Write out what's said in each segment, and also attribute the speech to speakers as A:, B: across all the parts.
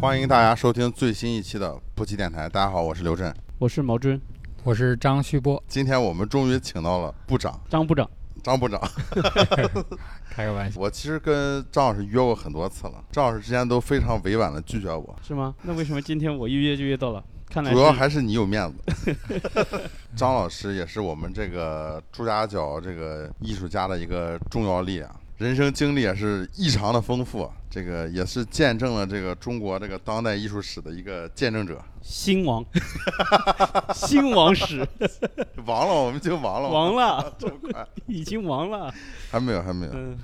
A: 欢迎大家收听最新一期的不羁电台。大家好，我是刘震。
B: 我是毛军，
C: 我是张旭波，
A: 今天我们终于请到了部长
B: 张部长。
A: 张部长。
C: 开个玩笑，
A: 我其实跟张老师约过很多次了，张老师之前都非常委婉的拒绝我，
B: 是吗？那为什么今天我一约就约到了？看来
A: 主要
B: 是
A: 还是你有面子。 张老师也是我们这个朱家角这个艺术家的一个重要力啊，人生经历也是异常的丰富，啊这个也是见证了这个中国这个当代艺术史的一个见证者。
B: 新王， 新王史，
A: 亡了，我们就亡了，
B: 亡了，
A: 哦这么快？
B: 已经亡了。
A: 还没有，还没有。
B: 嗯，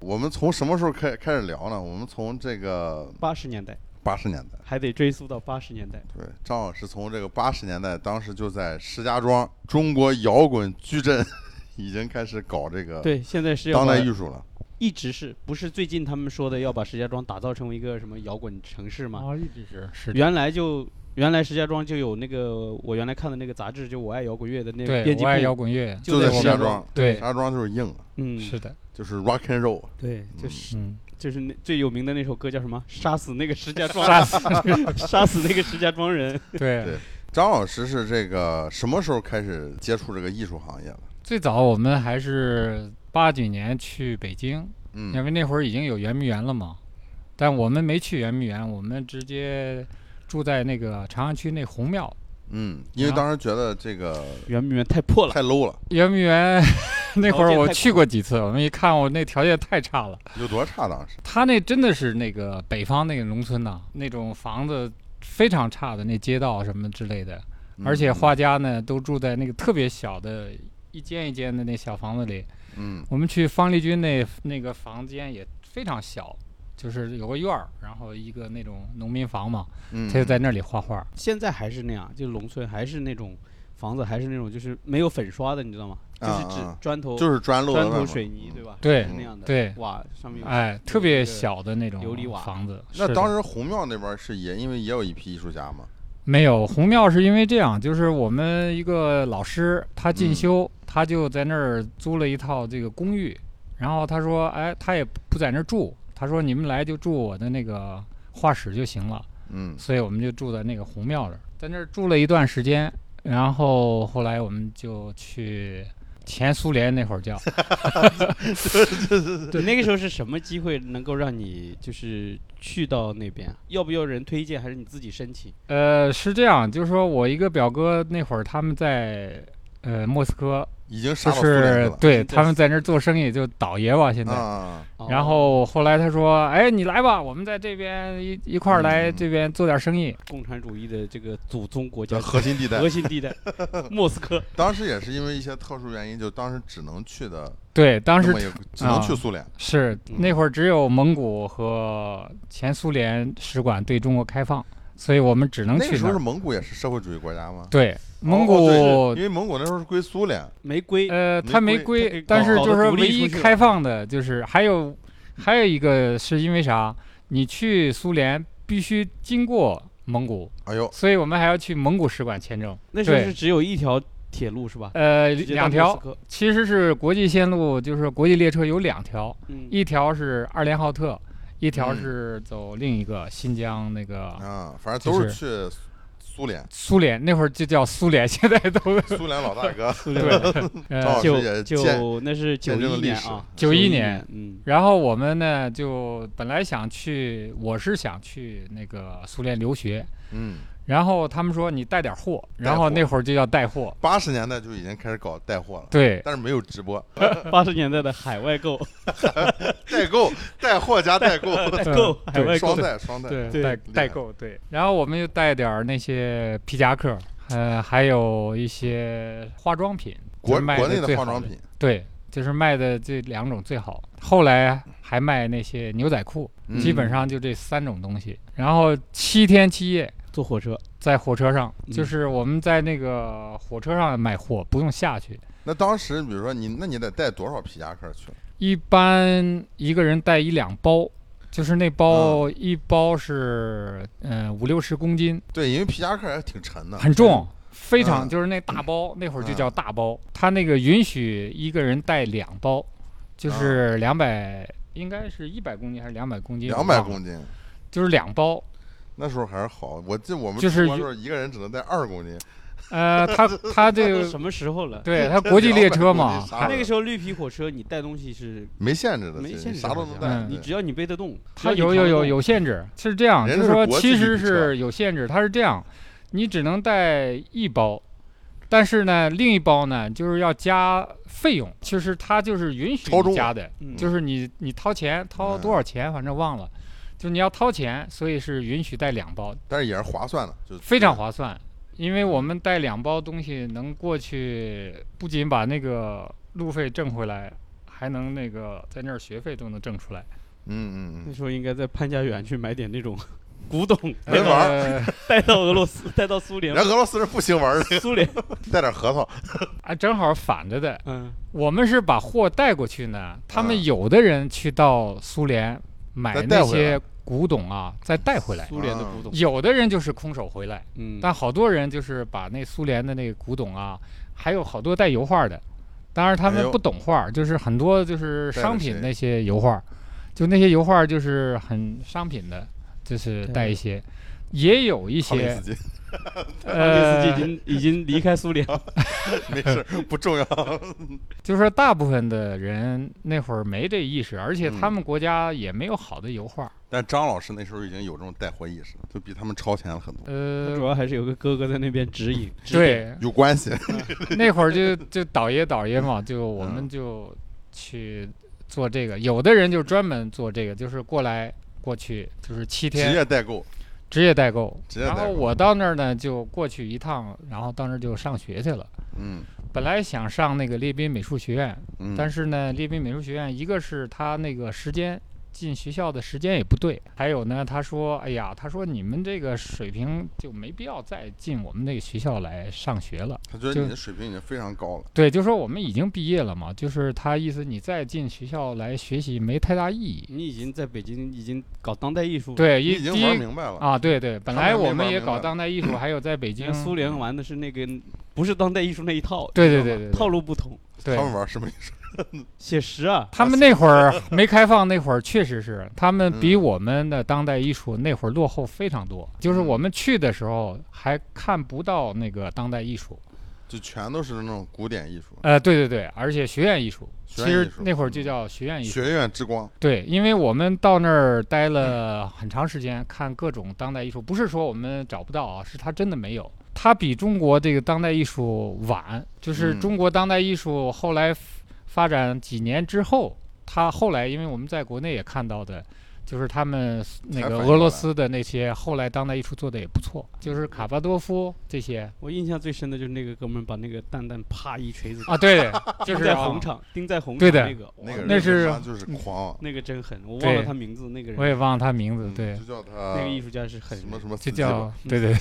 A: 我们从什么时候开开始聊呢？我们从这个
B: 八十年代
A: 八十年代。
B: 还得追溯到八十年代。
A: 对，张老师从这个八十年代，当时就在石家庄中国摇滚矩阵 已经开始搞这个
B: 对，现在是要
A: 呃当代
B: 把
A: 艺术了。
B: 一直是不是最近他们说的要把石家庄打造成为一个什么摇滚城市嘛？
C: 啊，一直是是的，
B: 原来就原来石家庄就有那个我原来看的那个杂志，就我爱摇滚乐的那个
C: 对
B: 编，辑
C: 我爱摇
B: 部，
C: 滚乐，
B: 就
A: 在
B: 在
A: 石
B: 石
A: 家
B: 家
A: 庄
B: 庄，
C: 对
A: 石，家庄就是硬啊，
B: 嗯，
C: 是的，
A: 就是 rock and roll。
B: 对，就是
C: 嗯，
B: 就是那最有名的那首歌叫什么？杀死那个石家庄，
C: 杀死，
B: 杀死那个石家庄人。
C: 对，
A: 张老师是这个什么时候开始接触这个艺术行业的？
C: 最早我们还是八几年去北京，
A: 嗯
C: 因为那会儿已经有圆明园了嘛，但我们没去圆明园，我们直接住在那个长安区那红庙，
A: 嗯，因为当时觉得这个
B: 圆明园太破了，
A: 太 low 了，
C: 圆明园 那会
B: 条
C: 儿
B: 件
C: 我
B: 太
C: 去过几次，我们一看我那条件太差了。
A: 有多差？当时
C: 他那真的是那个北方那个农村呐、那种房子非常差的，那街道什么之类的，
A: 嗯
B: 嗯
C: 而且画家呢都住在那个特别小的一间一间的那小房子里。
A: 嗯
C: 我们去方力钧那那个房间也非常小，就是有个院儿，然后一个那种农民房嘛，
A: 嗯，
C: 他就在那里画画。
B: 现在还是那样，就农村还是那种房子，还是那种就是没有粉刷的，你知道吗？就是
A: 啊啊
B: 指砖头、
A: 就是砖漏的
B: 砖
A: 外
B: 头
A: 面
B: 水泥，
A: 嗯
B: 对啊吧？
C: 对
B: 是那样的。
C: 对
B: 哇，上嗯面有
C: 哎，特
B: 有
C: 别
B: 一个
C: 小的那种
B: 琉璃瓦
C: 房子。
A: 那
C: 是
A: 当
C: 的
A: 时红庙那边是也因为也有一批艺术家嘛，
C: 没有红庙是因为这样，就是我们一个老师他进
A: 嗯
C: 修，他就在那儿租了一套这个公寓，然后他说，哎，他也不在那儿住，他说你们来就住我的那个画室就行了，
A: 嗯
C: 所以我们就住在那个红庙这儿，在那儿住了一段时间，然后后来我们就去前苏联那会 儿叫
B: 你那个时候是什么机会能够让你就是去到那边啊？要不要人推荐，还是你自己申请？
C: 呃，是这样，就是说我一个表哥那会儿他们在呃莫斯科，
A: 已经杀
C: 就
A: 到苏联去
C: 是
A: 了
C: 对
B: 现在
C: 他们在那儿做生意，就倒爷吧，现在。
A: 啊。
B: 哦
C: 然后后来他说：“哎，你来吧，我们在这边一一块儿来
A: 嗯
C: 这边做点生意。
B: 共产主义的这个祖宗 国家
A: 在核心地带
B: 核，心地带莫斯 科，
A: 当时也是因为一些特殊原因，就当时只能去的，
C: 对，当时啊
A: 那么一个只能去苏联。
C: 是
B: 嗯
C: 那会儿只有蒙古和前苏联使馆对中国开放，所以我们只能
A: 那个
C: 去
A: 时
C: 那
A: 候是
C: 儿。
A: 蒙古也是社会主义国家吗？
C: 对，蒙
A: 哦
C: 古、
A: 对是因为蒙古那时候是归苏联，
B: 玫瑰
C: 呃，
A: 没
C: 它没
A: 归
B: 它给
C: 归，
B: 搞
C: 但是
B: 搞
C: 就
B: 得
C: 是
B: 独立
C: 唯
B: 出
C: 一
B: 去了
C: 开放的，就是还有还有一个是因为啥？你去苏联必须经过蒙古，
A: 哎呦，
C: 所以我们还要去蒙古使馆签证。
B: 那时候
C: 对
B: 是只有一条铁路是吧？
C: 呃，
B: 直接
C: 两
B: 到
C: 条
B: 莫斯，科，
C: 其实是国际线路，就是国际列车有两条，
B: 嗯，。
C: 一条是二连浩特，一条
A: 嗯
C: 是走另一个新疆那个
A: 啊，反正都是去苏联，
C: 苏联，那会儿就叫苏联，现在都
A: 苏联老大哥
B: 苏 联
C: 对。
A: 照
C: 呃，
A: 老师也
B: 九
A: 见
B: 九那是九
A: 见证了
B: 一
A: 历
B: 年
A: 史
B: 啊，
C: 91
B: 年
C: 年，
B: 嗯，
C: 然后我们呢就本来想去，我是想去那个苏联留学，
A: 嗯，
C: 然后他们说你带点货，然
A: 带货
C: 后那会儿就叫带货，
A: 八十年代就已经开始搞带货了，
C: 对，
A: 但是没有直播，
B: 八十年代的海外 购，
A: 代购、 带货加代购，
B: 代
C: 嗯
B: 购，
C: 对
B: 海外购
A: 双，带双带。
C: 对
B: 对
C: 代
A: 害
C: 代购对，然后我们又带点儿那些皮夹克，呃，还有一些化妆品，
A: 国
C: 就是卖
A: 国内
C: 得
A: 的
C: 最
A: 化
C: 好
A: 妆
C: 的
A: 品，
C: 对，就是卖的这两种最好。后来还卖那些牛仔裤，
A: 嗯
C: 基本上就这三种东西。然后七天七夜
B: 坐火车，
C: 在火车上，
B: 嗯
C: 就是我们在那个火车上买货，不用下去。
A: 嗯那当时比如说你，那你得带多少皮夹克去？
C: 一般一个人带一两包，就是那包一包是嗯五六十公斤，
A: 对，因为皮夹克还挺沉的，
C: 很重。非
A: 嗯
C: 常就是那大包，那会儿就叫大包。他那个允许一个人带两包，就是两百，应该是一百公斤还是两百公斤？
A: 两百
C: 斤。
A: 公斤。
C: 就是两包，
A: 那时候还是好，我记得我们
C: 就是
A: 出国的时候一个人只能带二公斤，
C: 呃，他他这
B: 都
C: 个
B: 什么时候了？
C: 对他国际列
A: 两百
C: 车
A: 公
C: 嘛
A: 斤，啥
C: 他
B: 那个时候绿皮火车你带东西是，
A: 没限制的，
B: 没
A: 其实
B: 限制
A: 啥都能带。
C: 嗯
B: 你
A: 对
B: 只要你背得动，
C: 他有有有有限制，是这样，
A: 人
C: 就
A: 家
C: 是
A: 是
C: 说
A: 国际
C: 其实
A: 旅客
C: 是有限制，它是这样，你只能带一包，但是呢，另一包呢就是要加费用，就是它就是允许
A: 超重啊嗯
C: 你加的，
B: 有
C: 就是你你掏钱掏多少钱，反正忘了，就你要掏钱，所以是允许带两包，
A: 但是也是划算的，就是
C: 非常划算，因为我们带两包东西能过去，不仅把那个路费挣回来，还能那个在那儿学费都能挣出来。
A: 嗯嗯
B: 那
A: 嗯，
B: 时候应该在潘家园去买点那种古董，
A: 没玩儿
C: 呃
B: 带到俄罗斯，带到苏联
A: 人，家俄罗斯人不兴玩儿这
B: 苏联，
A: 个，带点核桃，
C: 啊，正好反着的。
B: 嗯，
C: 我们是把货带过去呢，他
A: 嗯
C: 们有的人去到苏联买
A: 再带
C: 那
A: 回来
C: 些古董啊，再带回来；
B: 苏联的古董，
C: 有的人就是空手回来，
B: 嗯，
C: 但好多人就是把那苏联的那个古董啊，还有好多带油画的，当然他
A: 哎
C: 们
A: 呦
C: 不懂画，就是很多就是
A: 带了
C: 商品
A: 谁
C: 那些油画，就那些油画就是很商品的，就是
B: 对
C: 带一些，也有一
A: 考虑
C: 些
A: 自己
B: 那
C: 呃
B: 司机已经已经离开苏联了，
A: 没事不重要。
C: 就是说大部分的人那会儿没这意识，而且他
A: 嗯
C: 们国家也没有好的油画。
A: 但张老师那时候已经有这种带货意识了，就比他们超前了很多，
B: 主
C: 呃，
B: 要还是有个哥哥在那边指引，指点，
C: 对，
A: 有关系。
C: 那会儿就就倒爷倒爷嘛，就我
A: 嗯
C: 们就去做这个。有的人就专门做这个，就是过来过去，就是七
A: 职
C: 天
A: 业代购，
C: 职业代购。
A: 职业代购
C: 然后我到那儿呢，就过去一趟，然后到那儿就上学去了。
A: 嗯
C: 本来想上那个列宾美术学院，
A: 嗯，
C: 但
A: 是
C: 是呢，列宾美术学院一个是他那个时间进学校的时间也不对，还有呢，他说，哎呀，他说你们这个水平就没必要再进我们那个学校来上学了。
A: 他觉得
C: 就
A: 你的水平已经非常高了。
C: 对，就说我们已经毕业了嘛，就是他意思你再进学校来学习没太大意义。
B: 你已经在北京已经搞当代艺术，，
C: 对，
A: 你
C: 一
A: 已经
C: 第
A: 玩
C: 一
A: 明白了，
C: 啊，对对，本
A: 他们
C: 来
A: 没
C: 我
A: 玩
C: 们也
A: 明
C: 搞
A: 白
C: 当代艺术，还有在北
B: 因
C: 京
B: 为苏联玩的是那个不是当代艺术那一套，
C: 嗯对对
B: 你知道
C: 对
B: 吗
C: 对对
B: 套路不同，
A: 他
C: 对，
A: 们玩什么艺术？
B: 写实啊，
C: 他们那会 儿没开放，那会儿确实是他们比
A: 嗯
C: 我们的当代艺术那会儿落后非常多。就是
A: 嗯
C: 我们去的时候还看不到那个当代艺术，
A: 就全都是那种古典艺术，
C: 呃，对对对，而且学院艺术，
A: 学
C: 其
A: 院艺
C: 实
A: 术嗯
C: 那会儿就叫学院艺术。
A: 学院之光。
C: 对，因为我们到那儿待了很长时间，看各种当代艺术，不是说我们找不到啊，是它真的没有。它比中国这个当代艺术晚，就是
A: 嗯
C: 中国当代艺术后来 f- 发展几年之后，它后来因为我们在国内也看到的，就是他们那
A: 才
C: 个
A: 反应
C: 俄
A: 过
C: 罗
A: 来
C: 斯的那些后来当代艺术做的也不错，就是卡巴多夫这些
B: 我印象最深的就是那个哥们儿把那个蛋蛋啪一锤子，
C: 啊，对，就
B: 钉
C: 是
B: 在
C: 啊
B: 红场，钉在红
C: 对
B: 场
C: 的
B: 哦那个，
A: 那
B: 哇
A: 个人
C: 那是
A: 他妈就是狂啊，
B: 那个真狠，我忘
C: 对
B: 了他名字，那个
C: 我
B: 人，
C: 也忘了他名字
A: 嗯，
C: 对
A: 就，叫他
B: 那个艺术家是狠
A: 什么
B: 人，
A: 什么
C: 就
A: 司机吧，
C: 叫对对。对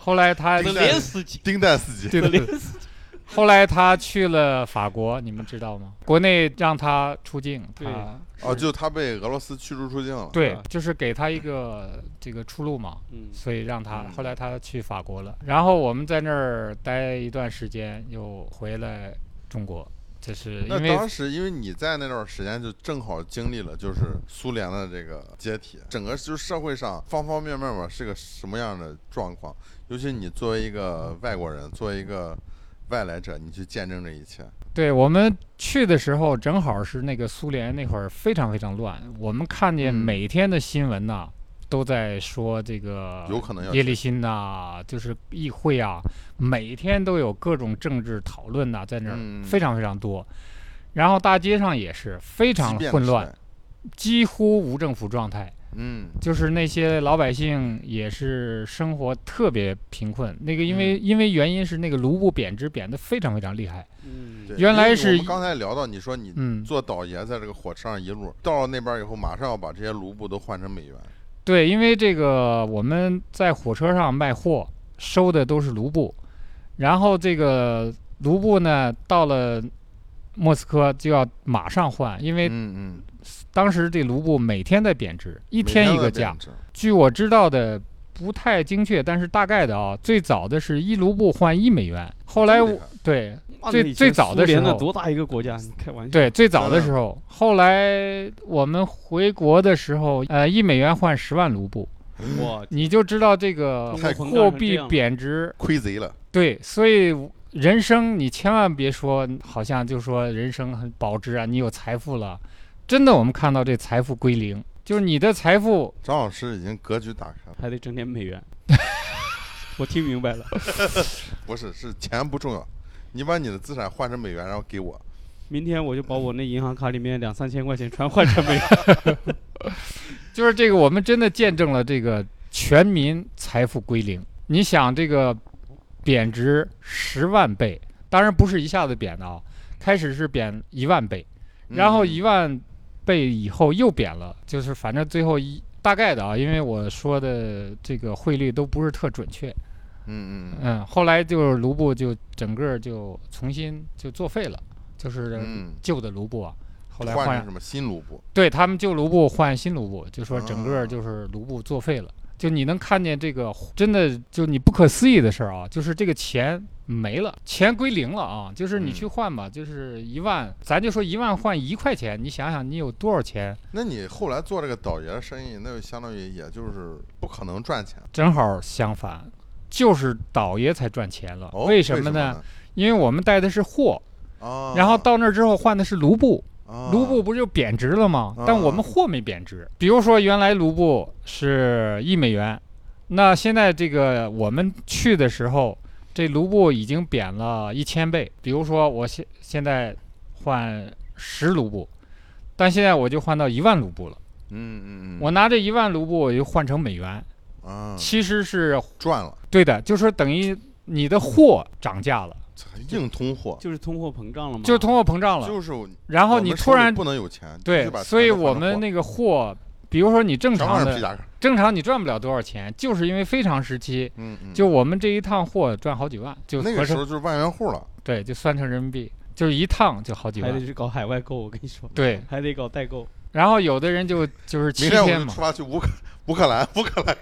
C: 后来他
A: 丁
B: 泽
A: 代
B: 连斯基，
A: 丁蛋司机，
C: 对
B: 泽
C: 对
B: 连
C: 对，
B: 斯基，
C: 后来他去了法国，你们知道吗？国内让他出境，
B: 对
C: 他
A: 哦，就他被俄罗斯驱逐出境了。
C: 对
B: 啊，
C: 就是给他一个这个出路嘛，
B: 嗯，
C: 所以让他
A: 嗯
C: 后来他去法国了。然后我们在那儿待一段时间，又回来中国，这是
A: 那
C: 因为
A: 当时因为你在那段时间就正好经历了就是苏联的这个解体，整个就是社会上方方面面嘛是个什么样的状况？尤其你作为一个外国人，作为一个外来者，你去见证这一切。
C: 对我们去的时候，正好是那个苏联那会儿非常非常乱，我们看见
A: 嗯
C: 每天的新闻呐、都在说这个
A: 有可能要
C: 叶利钦呐、就是议会啊，每天都有各种政治讨论呐、在那儿、
A: 嗯
C: 非常非常多。然后大街上也是非
A: 激
C: 常
A: 变的
C: 混
A: 时
C: 乱
A: 代，，
C: 几乎无政府状态，
A: 嗯，
C: 就是那些老百姓也是生活特别贫困。那个因为、
A: 嗯
C: 因为原因是那个卢布贬值贬得非常非常厉害，
B: 嗯，
A: 对
C: 原来
A: 因为
C: 是
A: 我们刚才聊到，你说你
C: 嗯，
A: 做倒爷在这个火车上一路，到了那边以后，马上要把这些卢布都换成美元。
C: 对，因为这个我们在火车上卖货收的都是卢布，然后这个卢布呢到了莫斯科就要马上换，因为
A: 嗯嗯，
C: 当时这卢布每天在贬值，一
A: 一
C: 天一个价。。据我知道的不太精确，但是大概的啊，最早的是一卢布换一美元，后来
A: 这么
C: 我
A: 厉害
C: 对
B: 哇
C: 最
B: 那以
C: 最
B: 前
C: 早的
B: 苏联
C: 时
B: 那
C: 候
B: 多大一个国家？你开玩笑，
C: 对最早的
A: 嗯
C: 时候，后来我们回国的时候，呃，一美元换十万卢布。
B: 我
C: 你就知道这个
B: 通货膨胀
C: 货
B: 成这
C: 币
B: 样了
C: 贬值，
A: 亏贼了。
C: 对，所以人生你千万别说，好像就说人生很保值啊，你有财富了，真的我们看到这财富归零，就是你的财富
A: 张老师已经格局打开了，
B: 还得整点美 元。我听明白了，
A: 不是是钱不重要，你把你的资产换成美元，然后给我。
B: 明天我就把我那银行卡里面两三千块钱全换成美元。
C: 就是这个，我们真的见证了这个全民财富归零。你想，这个贬值十万倍，当然不是一下子贬的啊，开始是贬一万倍，然后
A: 嗯
C: 一万倍以后又贬了，就是反正最后一大概的啊，因为我说的这个汇率都不是特准确。
A: 嗯嗯
C: 嗯，后来就是卢布就整个就重新就作废了，就是
A: 嗯，
C: 旧的卢布啊，后来
A: 换
C: 换
A: 成什么新卢布？
C: 对他们旧卢布换新卢布，就说整
A: 啊
C: 个就是卢布作废了。就你能看见这个真的就你不可思议的事儿啊，就是这个钱没了，钱归零了啊，就是你
A: 嗯
C: 去换吧，就是一万，咱就说一万换一块钱，你想想你有多少钱，
A: 那你后来做这个倒爷生意，那就相当于也就是不可能赚钱。
C: 正好相反，就是倒爷才赚钱了，
A: 哦，
C: 为
A: 为
C: 什么
A: 么
C: 呢？？因为我们带的是货，
A: 啊，
C: 然后到那儿之后换的是卢布，
A: 啊
C: 卢布不就贬值了吗？
A: 啊
C: 但我们货没贬值。比如说，原来卢布是一美元，那现在这个我们去的时候，这卢布已经贬了一千倍。比如说，我现现在换十卢布，但现在我就换到一万卢布了。
A: 嗯嗯嗯，
C: 我拿这一万卢布，我就换成美元，
A: 啊
C: 其实是
A: 赚了，
C: 对的，就是等于你的货涨价了，
A: 这还硬通货，
B: 就是通货膨胀了嘛，
C: 就是通货膨胀了。
A: 就是
C: 然后
A: 我
C: 你
A: 们
C: 突
A: 手里
C: 然
A: 不能有钱，
C: 对
A: 就把，钱
C: 所以
A: 都换
C: 我
A: 成
C: 们
A: 货
C: 那个货，比如说你正
A: 全换
C: 常
A: 成皮
C: 的
A: 夹克，
C: 正常你赚不了多少钱，就是因为非常时期，
A: 嗯嗯，
C: 就我们这一趟货赚好几万，就
A: 那
C: 合
A: 个时
C: 成
A: 候就是万元户了，
C: 对，就算成人民币，就是一趟就好几
B: 还得
C: 万。
B: 去搞海外购。我跟你说，
C: 对，
B: 还得搞代购。
C: 然后有的人就就是
A: 嗯
C: 七
A: 明天我
C: 天
A: 就
C: 嘛
A: 出，发去乌克乌克兰，乌克兰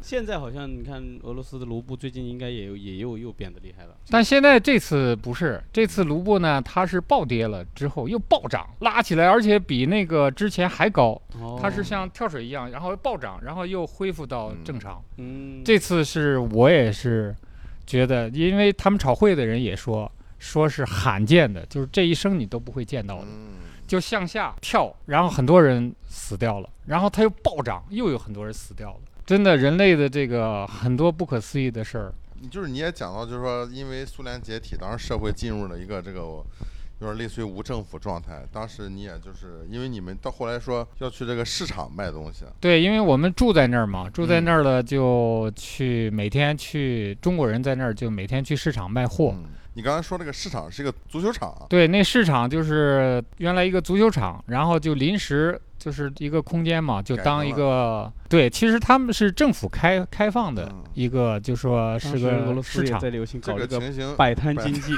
B: 现在好像你看俄罗斯的卢布最近应该也有也有又变得厉害了。
C: 但现在这次不是，这次卢布呢，它是暴跌了之后又暴涨，拉起来，而且比那个之前还高，
B: 哦
C: 它是像跳水一样，然后暴涨，然后又恢复到
A: 嗯
C: 正常。
B: 嗯，
C: 这次是我也是觉得，因为他们炒汇的人也说，说是罕见的，就是这一生你都不会见到的，
A: 嗯，
C: 就向下跳，然后很多人死掉了，然后它又暴涨，又有很多人死掉了。真的，人类的这个很多不可思议的事儿，
A: 你就是你也讲到，就是说，因为苏联解体，当时社会进入了一个这个有点类似于无政府状态。当时你也就是因为你们到后来说要去这个市场卖东西，
C: 对，因为我们住在那儿嘛，住在那儿了就去每天去中国人在那儿就每天去市场卖货，
A: 嗯，你刚才说这个市场是一个足球场，
C: 对，那市场就是原来一个足球场，然后就临时就是一个空间嘛，就
A: 改
C: 当
A: 成
C: 一
A: 了
C: 个对，其实他们是政府开开放的
A: 嗯
C: 一个，就说
B: 当
C: 是
B: 时俄罗
C: 个
B: 斯
C: 市
B: 也
C: 场，
B: 在流行
A: 这
B: 搞
A: 个
B: 这个
A: 情形，
B: 摆摊
A: 摆
B: 经 济，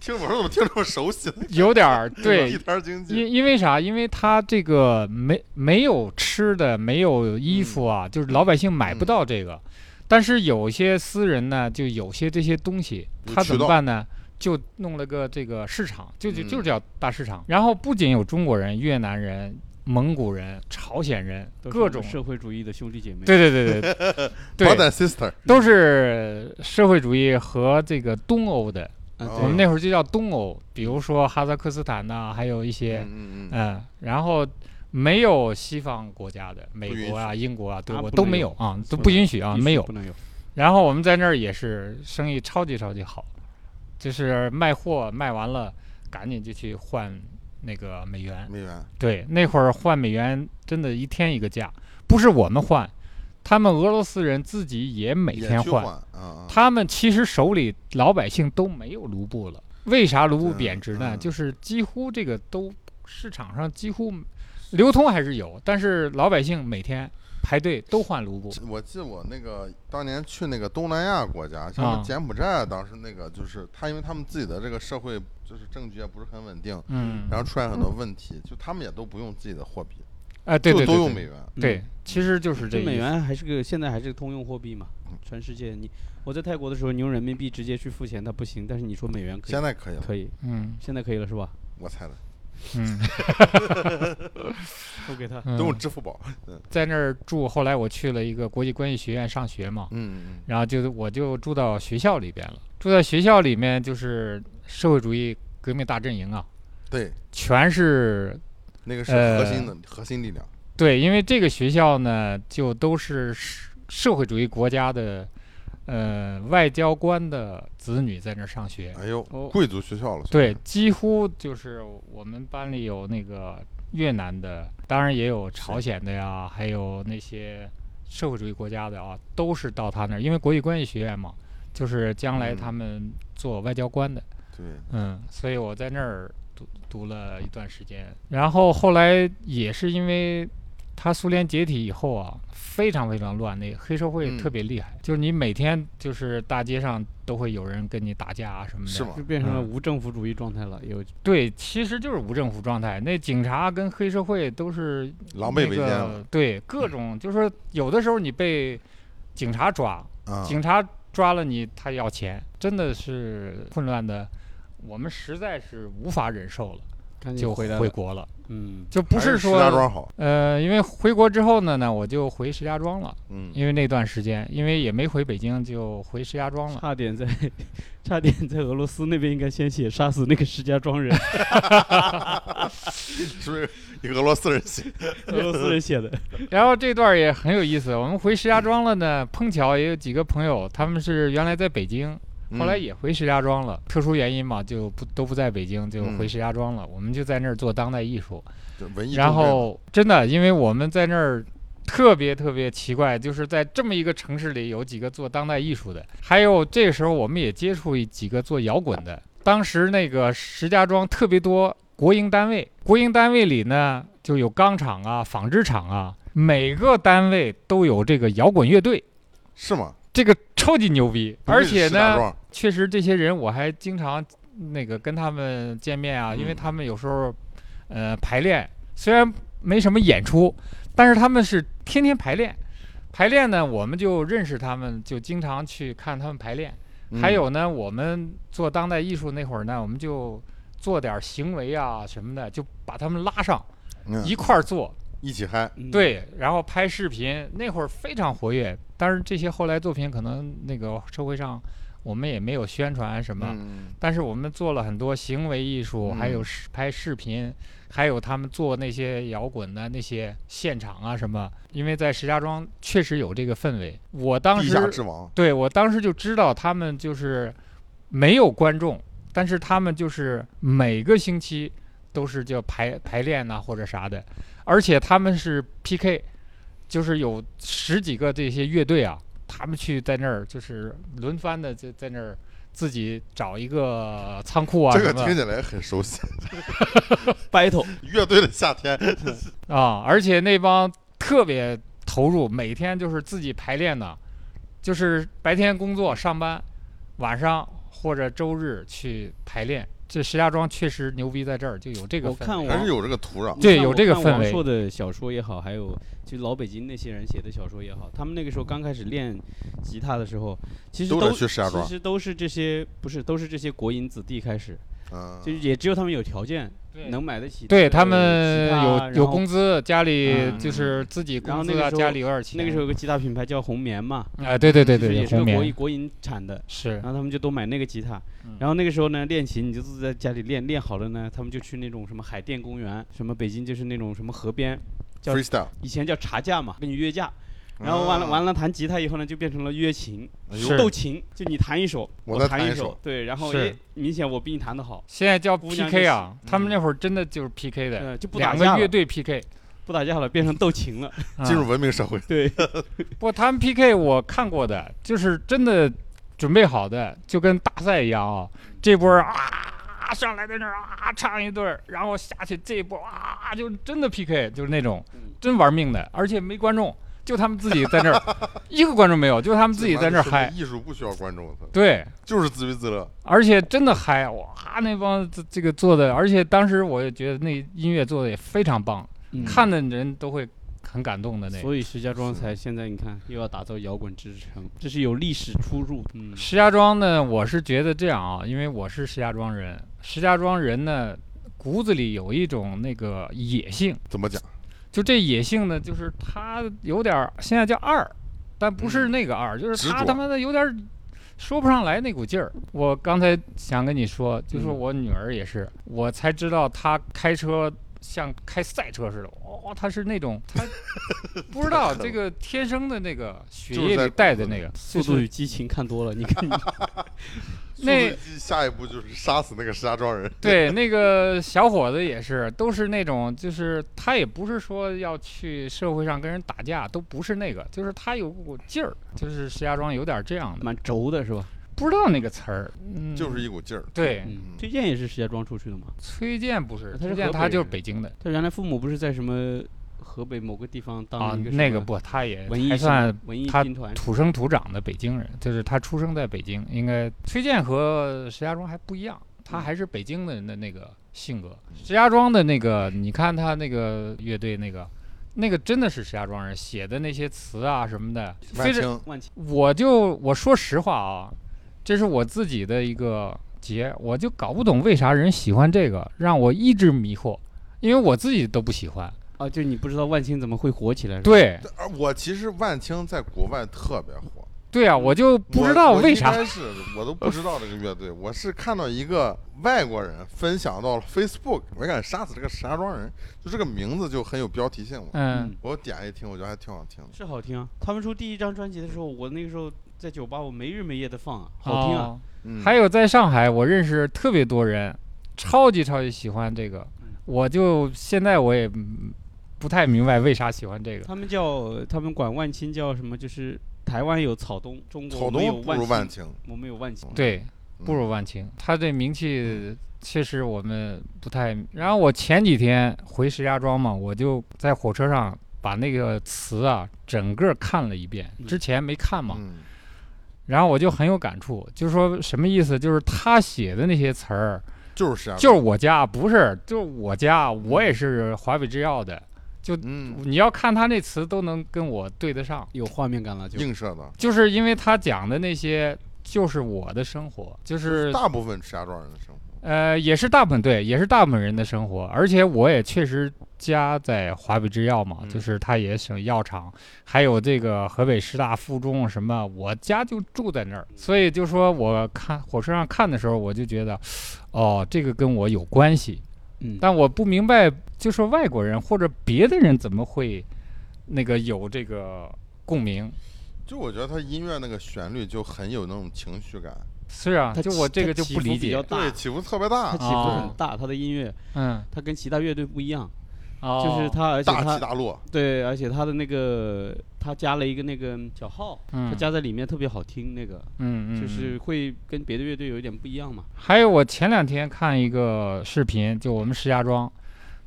A: 听我说怎么听这么熟悉呢？
C: 有 点儿
A: 地
C: 对。
A: 摊经济，
C: 因因为啥？因为它这个没没有吃的，没有衣
A: 嗯
C: 服啊，就是老百姓买不
A: 嗯
C: 到这个。但是有些私人呢，就有些这些东西，
A: 有
C: 他
A: 渠
C: 怎么
A: 道
C: 办呢？就弄了个这个市场，就就就
A: 嗯
C: 叫大市场。然后不仅有中国人、越南人、蒙古人、朝鲜人，
B: 都是我
C: 各
B: 们
C: 种，
B: 社会主义的兄弟姐妹。
C: 对对对对 对，
A: brother sister，
C: 都是社会主义和这个东欧的。
B: 嗯，
A: 哦
C: 我们那会儿就叫东欧，比如说哈萨克斯坦呐、还有一些
A: 嗯嗯嗯，
C: 嗯，然后没有西方国家的，
A: 不
C: 美
A: 允
C: 国啊、英国啊，对
B: 啊
C: 我
B: 不
C: 都
B: 能
C: 没
B: 有
C: 有啊，都
B: 不
C: 不
B: 能
C: 允许啊，
B: 必须
C: 没有
B: 不。能有。
C: 然后我们在那儿也是生意超级超级好，就是卖货卖完了，赶紧就去换那个美元。
A: 美元，
C: 对，那会儿换美元真的一天一个价，不是我们换，他们俄罗斯人自己也每
A: 也
C: 天
A: 去
C: 换
A: 换。啊啊，
C: 他们其实手里老百姓都没有卢布了，为啥卢布
A: 对
C: 贬值呢？
A: 嗯
C: 就是几乎这个都市场上几乎流通还是有，但是老百姓每天排队都换卢布。
A: 我记得我那个当年去那个东南亚国家，像
C: 啊
A: 是柬埔寨，当时那个就是他，因为他们自己的这个社会就是政局也啊不是很稳定，
C: 嗯，
A: 然后出现很多问题，就他们也都不用自己的货币，
C: 哎，对对
A: 就
C: 对
A: 都用
C: 对
A: 美元。嗯
C: 对，其实就是
B: 这
C: 这意
B: 美
C: 思。
B: 元还是个现在还是个通用货币嘛
A: 嗯，
B: 全世界你我在泰国的时候，你用人民币直接去付钱它不行，但是你说美元可以
A: 现，在可以了，
B: 可以，
C: 嗯，
B: 现在可以了是吧？
A: 我猜的。
C: 嗯，
B: 都给他。
A: 都用
C: 嗯
A: 支付 宝。嗯
C: 在那儿住。后来我去了一个国际关系学院上学嘛，
A: 嗯
C: 然后就我就住到学校里边了。住在学校里面就是社会主义革命大阵营啊，
A: 对，
C: 全是
A: 那个是
C: 呃
A: 核心的、核心力量。
C: 对，因为这个学校呢，就都是社社会主义国家的呃外交官的子女在那儿上学。
A: 哎呦，
B: 哦
A: 贵族学校了。
C: 对，几乎就是我们班里有那个越南的，当然也有朝鲜的呀，还有那些社会主义国家的啊，都是到他那儿，因为国际关系学院嘛，就是将来他
A: 嗯
C: 们做外交官的。
A: 对，
C: 嗯，所以我在那儿读读了一段时间，然后后来也是因为他苏联解体以后啊，非常非常乱，那黑社会特
A: 嗯
C: 别厉害，就是你每天就是大街上都会有人跟你打架啊什么的。
A: 是吗？
B: 就变成了
C: 嗯
B: 无政府主义状态了，有
C: 对，其实就是无政府状态，那警察跟黑社会都是
A: 狼狈为奸
C: 那
A: 了
C: 个。对，各种就是说有的时候你被警察抓，
A: 啊，
C: 警察抓了你，他要钱，真的是混乱的，我们实在是无法忍受了。
B: 赶紧
C: 就
B: 回来
C: 回
B: 了
C: 国了，
B: 嗯，
C: 就不
A: 还是
C: 是
A: 石家
C: 说
A: 庄好。
C: 呃，因为回国之后呢，呢我就回石家庄了，
A: 嗯，
C: 因为那段时间因为也没回北京，就回石家庄了。
B: 差点在，差点在俄罗斯那边应该先写杀死那个石家庄 人，
A: 是不是一个俄罗斯人写？
B: 俄罗斯人写 的。
C: 然后这段儿也很有意思，我们回石家庄了呢，碰巧也有几个朋友，他们是原来在北京，后来
A: 嗯
C: 也回石家庄了，特殊原因嘛，就不都不在北京，就
A: 嗯
C: 回石家庄了。我们就在那儿做当代艺术，
A: 就文艺重镇
C: 然后真的，因为我们在那儿特别特别奇怪，就是在这么一个城市里有几个做当代艺术的，还有这个时候我们也接触一几个做摇滚的。当时那个石家庄特别多国营单位，国营单位里呢就有钢厂啊、纺织厂啊，每个单位都有这个摇滚乐队，
A: 是吗？
C: 这个超级牛逼，
A: 不愧
C: 而
A: 是
C: 且
A: 石家
C: 呢。
A: 庄，
C: 确实，这些人我还经常那个跟他们见面啊，因为
A: 嗯
C: 他们有时候呃排练，虽然没什么演出，但是他们是天天排练。排练呢，我们就认识他们，就经常去看他们排练。
A: 嗯
C: 还有呢，我们做当代艺术那会儿呢，我们就做点儿行为啊什么的，就把他们拉上
A: 嗯
C: 一块儿做，
A: 一起嗨，
B: 嗯，
C: 对，然后拍视频，那会儿非常活跃。但是这些后来作品可能那个社会上我们也没有宣传什么，
A: 嗯，
C: 但是我们做了很多行为艺术，还有
A: 嗯
C: 视拍视频，还有他们做那些摇滚的那些现场啊什么。因为在石家庄确实有这个氛围，我当
A: 地下之
C: 时
A: 王，
C: 对我当时就知道他们就是没有观众，但是他们就是每个星期都是叫排排练呐、或者啥的，而且他们是 PK，就是有十几个这些乐队啊，他们去在那儿就是轮番的在在那儿自己找一个仓库啊
A: 这
C: 什
A: 个听
C: 么
A: 起来很熟悉。
B: ，battle
A: 乐队的夏天，
C: 啊，而且那帮特别投入，每天就是自己排练的，就是白天工作上班，晚上或者周日去排练。这石家庄确实牛逼，在这儿就有这个
B: 我看
C: 氛围。
A: 还是有这个土壤。
C: 对
B: 你看
C: 有
B: 我
C: 这个
B: 看
C: 氛
B: 王
C: 围
B: 朔的小说也好，还有就老北京那些人写的小说也好，他们那个时候刚开始练吉他的时候，其实
A: 都
B: 都
A: 得去石家庄
B: 其实都是这些不是都是这些国营子弟开始，
A: 嗯，
B: 就是也只有他们有条件
C: 对
B: 能买得起这个吉他，
C: 对他们有有工
B: 资。
C: 资，家里
B: 嗯
C: 就是自己
B: 然
C: 工
B: 后那
C: 资
B: 个
C: 啊，
B: 时候
C: 家里有点钱。
B: 那个时候有个吉他品牌叫红棉嘛，
C: 候啊，对对对
B: 就是
C: 对，
B: 也是个国
C: 红
B: 嗯
C: 棉
B: 营国营产的，
C: 是
B: 然后他们就都买那个吉他
C: 嗯。
B: 然后那个时候呢，练琴你就自己在家里练，练好了呢，他们就去那种什么海淀公园，什么北京就是那种什么河边，叫
A: freestyle，嗯
B: 以前叫茶架嘛，跟你约
A: 啊
B: 架。然后完了完了，弹吉他以后呢，就变成了约琴、
A: 哎
C: 是
A: 呦，
B: 斗琴，就你弹一首，
A: 我
B: 我
A: 再弹
B: 弹
A: 一首
B: 首，对，然后
C: 是
B: 诶，明显我比你弹得好，
C: 现在叫
B: 姑娘
C: PK 啊，
A: 就是
C: 他们那会儿真的就是 PK 的，
B: 呃，就不打
C: 两
B: 架
C: 个乐
B: 了，
C: 队 PK。
B: 不打架了，变成斗琴 了，
C: 啊
A: 进入文明社会。
B: 对，
C: 不，他们 PK 我看过的，就是真的准备好的，就跟大赛一样啊。这波儿啊上来在那儿啊唱一段儿，然后下去这一波啊就真的 PK，就是那种
B: 嗯
C: 真玩命的，而且没观众，就他们自己在那儿，一个观众没有，就他们 自己在那儿
A: 这玩意
C: 嗨。
A: 艺术不需要观众，
C: 对，
A: 就是自娱自乐。
C: 而且真的嗨，哇，那帮这这个做的，而且当时我也觉得那音乐做的也非常棒，
B: 嗯
A: 嗯
C: 看的人都会很感动的那种。
B: 所以石家庄才现在你看又要打造摇滚之城，这是有历史出入。嗯，
C: 石家庄呢，我是觉得这样啊，因为我是石家庄人，石家庄人呢，骨子里有一种那个野性，
A: 怎么讲？
C: 就这野性呢，就是他有点儿现在叫二，但不是
A: 嗯
C: 那个二，就是
A: 执
C: 他
A: 着
C: 他妈的有点儿说不上来那股劲儿。我刚才想跟你说，就是
B: 嗯
C: 我女儿也是，我才知道她开车。像开赛车似的，哦，她是那种，她不知 道这个天生的那个血
A: 就是
C: 液
A: 在
C: 里带的那个
B: 速
C: 就是
B: 度与激情》看多了，你看你
C: 那
A: 速度与激情下一步就是杀死那个石家庄 人。
C: 对，那个小伙子也是，都是那种，就是他也不是说要去社会上跟人打架，都不是那个，就是他有股劲儿，就是石家庄有点这样的，
B: 蛮轴的是吧？
C: 不知道那个词儿，嗯，
A: 就是一股劲儿，
C: 对，
B: 嗯
A: 嗯，
B: 推荐也是石家庄出去的嘛。
C: 崔健不是，
B: 他是
C: 崔健
B: 河北
C: 他就是
B: 人
C: 北京的
B: 他原来父母不是在什么河北某个地方
C: 啊，
B: 当一个什
C: 那
B: 么
C: 个不，他也
B: 文艺
C: 还
B: 什么
C: 算
B: 文艺
C: 他
B: 兵团，
C: 土生土长的北京人，就是他出生在北京，应该崔健和石家庄还不一样，他还是北京的人的那个性格。石家庄的那个，你看他那个乐队那个，那个真的是石家庄人写的那些词啊什么的，非
A: 万
C: 常。
A: 青
B: 万青
C: 我就我说实话啊，这是我自己的一个结，我就搞不懂为啥人喜欢这个，让我一直迷惑，因为我自己都不喜欢。
B: 啊，就你不知道万青怎么会火起来？，
C: 对
A: 而我其实万青在国外特别火，
C: 对啊，我就不知道
A: 我
C: 为啥
A: 我一开始我都不知道这个乐队，我是看到一个外国人分享到了 Facebook，我敢杀死这个石家庄人，就这个名字就很有标题性嘛。
C: 嗯。
A: 我点一听，我觉得还挺好听的。
B: 是好听啊。他们出第一张专辑的时候，我那个时候在酒吧，我没日没夜的放啊，好听啊。
C: 哦
A: 嗯，
C: 还有在上海，我认识特别多人，超级超级喜欢这个
B: 嗯。
C: 我就现在我也嗯不太明白为啥喜欢这个。
B: 他们叫他们管万青叫什么？就是台湾有草东，中国
A: 草
B: 没有
A: 东不如万
B: 万，
A: 青，哦嗯
B: 我们有万青。
C: 对，不如万青，他这名气确实我们不太。然后我前几天回石家庄嘛，我就在火车上把那个词啊整个看了一遍，
B: 嗯
C: 之前没看嘛。
A: 嗯，
C: 然后我就很有感触，就是说什么意思？就是他写的那些词儿，
A: 就是石家
C: 就
A: 庄，
C: 是我家，不是，就是我家，我也是华北制药的。
A: 嗯，
C: 你要看他那词都能跟我对得上，
B: 有画面感了就。
A: 映射的，
C: 就是因为他讲的那些就是我的生活，就是
A: 大部分石家庄人的生活。
C: 呃也是大部分对，也是大部分人的生活，而且我也确实家在华北制药嘛，
A: 嗯
C: 就是他也省药厂，还有这个河北师大附中什么，我家就住在那儿，所以就说我看火车上看的时候，我就觉得，哦，这个跟我有关系，
B: 嗯，
C: 但我不明白，就是外国人或者别的人怎么会那个有这个共鸣？
A: 就我觉得他音乐那个旋律就很有那种情绪感，
C: 是啊，
B: 他
C: 就
B: 起
C: 我这
B: 他
C: 个就
B: 起
C: 不
B: 伏
C: 理
B: 比较
C: 解。
B: 大
A: 对，，起伏特别大
B: 他，起伏
C: 哦
B: 很大，他的音乐，
C: 嗯，
B: 他跟其他乐队不一样，
C: 哦
B: 就是他，而且
A: 大起
B: 他
A: 大落。
B: 对，而且他的那个他加了一个那个小号，他
C: 嗯
B: 加在里面特别好听，那个
C: 嗯嗯，
B: 就
C: 嗯
B: 是会跟别的乐队有一点不一样嘛。
C: 还有我前两天看一个视频，就我们石家庄，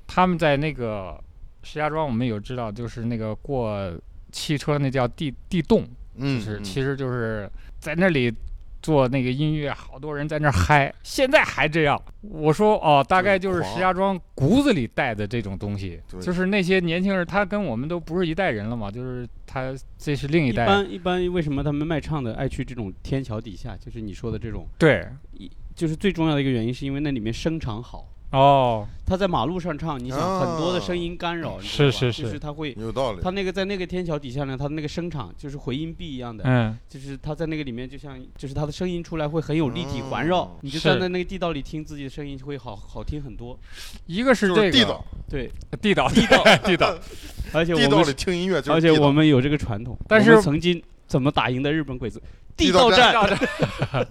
C: 他们在那个石家庄，我们有知道，就是那个过汽车那叫地地洞，
A: 嗯，
C: 就是
A: 嗯
C: 其实就是在那里做那个音乐，好多人在那儿嗨，现在还这样。我说哦，大概就是石家庄骨子里带的这种东西，
A: 对
C: 就是那些年轻人，他跟我们都不是一代人了嘛，就是他这是另一
B: 一
C: 代，
B: 般一般，为什么他们卖唱的爱去这种天桥底下？就是你说的这种，
C: 对，
B: 就是最重要的一个原因，是因为那里面声场好。
C: 哦，
B: 他在马路上唱，你想
A: 啊
B: 很多的声音干扰，你知道吧
C: 是是嗯
B: 就是是他会，
A: 有道理
B: 他。那个在那个天桥底下呢，他那个声场就是回音壁一样的，
C: 嗯，
B: 就是他在那个里面，就像就是他的声音出来会很有立体环
A: 嗯
B: 绕，
C: 哦
B: 你就是站在那个地道里听自己的声音就会好好听很多，
C: 一个是
A: 就
C: 这个
A: 地道，
B: 对，
C: 地道，
B: 地道，
C: 地道，
B: 而且
A: 地
B: 我
A: 道
B: 们
A: 里
B: 是，
A: 听音乐就
B: 而
A: 是
B: 且
A: 地道
B: 我们有这个传统，
C: 但
B: 我
C: 是
B: 们曾经怎么打赢的日本鬼子？
A: 地道
B: 道
A: 战
B: 战，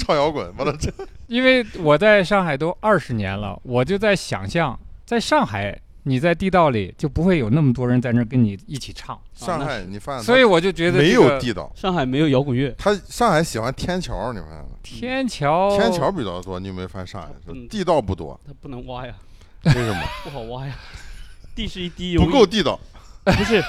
A: 唱摇滚，完了这
C: 因为我在上海都二十年了，我就在想象，在上海你在地道里就不会有那么多人在那儿跟你一起唱，
A: 上海你发现
C: 啊所以我就觉
A: 它啊
C: 得
A: 没
C: 这个
A: 有地道，
B: 上海没有摇滚乐，
A: 他上海喜欢天桥，你发现了？
C: 天桥，
A: 天桥比较多，你有没有发现上海是
B: 嗯
A: 地道不多？
B: 它不能挖呀，
A: 为什么？
B: 不好挖呀，地是一滴，
A: 不
B: 容易
A: 够地道。
B: 不是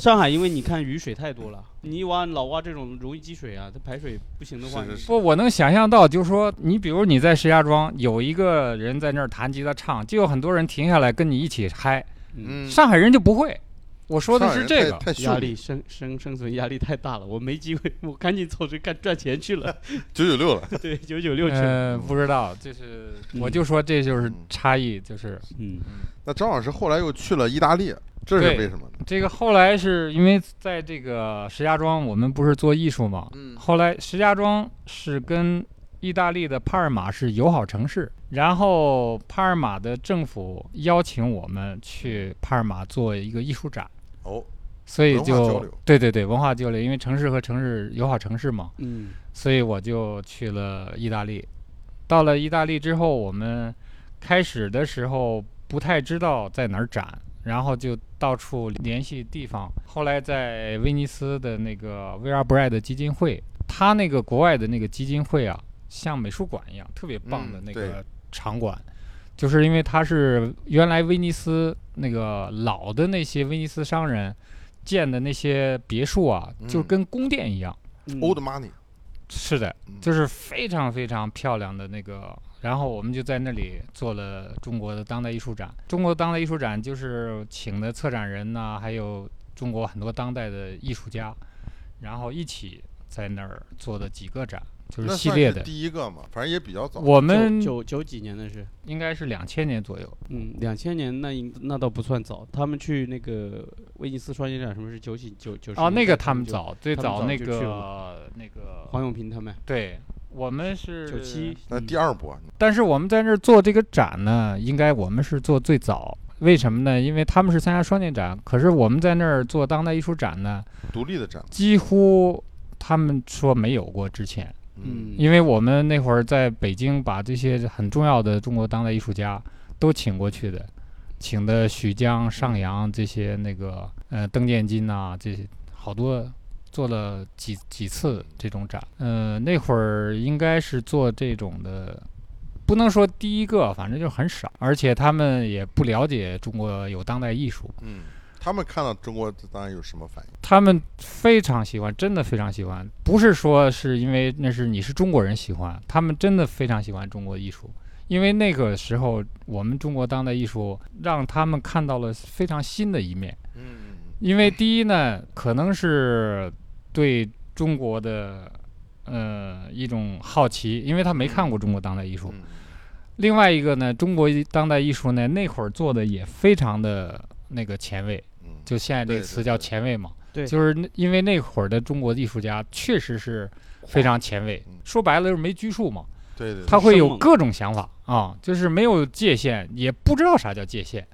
B: 上海，因为你看雨水太多了，你一挖老挖这种容易积水啊，它排水不行的话，
A: 是是是
C: 不，我能想象到，就是说，你比如你在石家庄有一个人在那儿弹吉他唱，就有很多人停下来跟你一起嗨。
B: 你，
A: 嗯，
C: 上海人就不会，我说的
A: 上海
C: 是
A: 人
C: 这
A: 太
C: 个，
A: 太秀
B: 压
A: 丽
B: 力生生生存压力太大了，我没机会， 我赶紧凑着干赚钱去了。
A: 九九六了，
B: 对，九九六去
A: 哎
B: 了。
C: 呃，不知道，就是
A: 嗯
C: 我就说这就是差异，就是
B: 嗯，
A: 那张老师后来又去了意大利，这是
C: 对
A: 为什么呢？
C: 这个后来是因为在这个石家庄，我们不是做艺术嘛，
A: 嗯
C: 后来石家庄是跟意大利的帕尔马是友好城市，然后帕尔马的政府邀请我们去帕尔马做一个艺术展，
A: 哦，
C: 所以
A: 文化交
C: 就
A: 流
C: 对对对文化交流，因为城市和城市友好城市嘛，
B: 嗯，
C: 所以我就去了意大利。到了意大利之后，我们开始的时候不太知道在哪儿展，然后就到处联系地方。后来在威尼斯的那个威尔布莱的基金会，他那个国外的那个基金会啊，像美术馆一样，特别棒的
A: 嗯
C: 那
A: 对
C: 个场馆。就是因为它是原来威尼斯那个老的那些威尼斯商人建的那些别墅啊，就
A: 嗯
C: 跟宫殿一样。
B: 嗯
A: old money，
C: 是的，
A: 嗯
C: 就是非常非常漂亮的那个。然后我们就在那里做了中国的当代艺术展。中国当代艺术展就是请的策展人呐、还有中国很多当代的艺术家，然后一起在那儿做的几个展，就
A: 那
C: 是系
A: 算
C: 列
A: 是
C: 的。
A: 第一个嘛，反正也比较早。
C: 我们
B: 九九九几年的是，
C: 应该是两千年左右，
B: 嗯，两千年那应那倒不算早，他们去那个威尼斯双年展，什么是九几九九十年
C: 哦，
B: 代
C: 那个他们
B: 就
C: 早，最
B: 他们
C: 早
B: 早
C: 那
B: 就去
C: 个那个，
B: 黄永平他们
C: 对，我们是
B: 九七，嗯
A: 那第
B: 二
A: 二啊波，
C: 但是我们在那儿做这个展呢，应该我们是做最早，为什么呢？因为他们是参加双年展，可是我们在那儿做当代艺术展呢，
A: 独立的展，
C: 几乎他们说没有过之前，
B: 嗯
C: 因为我们那会儿在北京把这些很重要的中国当代艺术家都请过去的，请的许江、上阳这些那个呃邓建金呐、这些好多。做了几几次这种展，呃，那会儿应该是做这种的不能说第一个，反正就很少，而且他们也不了解中国有当代艺术，
A: 嗯，他们看到中国当然有什么反应？
C: 他们非常喜欢，真的非常喜欢，不是说是因为那是你是中国人喜欢，他们真的非常喜欢中国艺术，因为那个时候我们中国当代艺术让他们看到了非常新的一面，
A: 嗯，
C: 因为第一呢，可能是对中国的呃一种好奇，因为他没看过中国当代艺术，
A: 嗯
C: 另外一个呢，中国当代艺术呢，那会儿做的也非常的那个前卫，
A: 嗯，
C: 就现在这
A: 对
C: 个
A: 对
C: 词叫
A: 对
C: 前卫嘛。
B: 对
C: 就是那因为那会儿的中国艺术家确实是非常前卫
A: 嗯，
C: 说白了就是没拘束嘛，
A: 对对，
C: 他
A: 对
C: 会
B: 生
C: 有
B: 猛
C: 各种想法啊，就是没有界限，也不知道啥叫界限，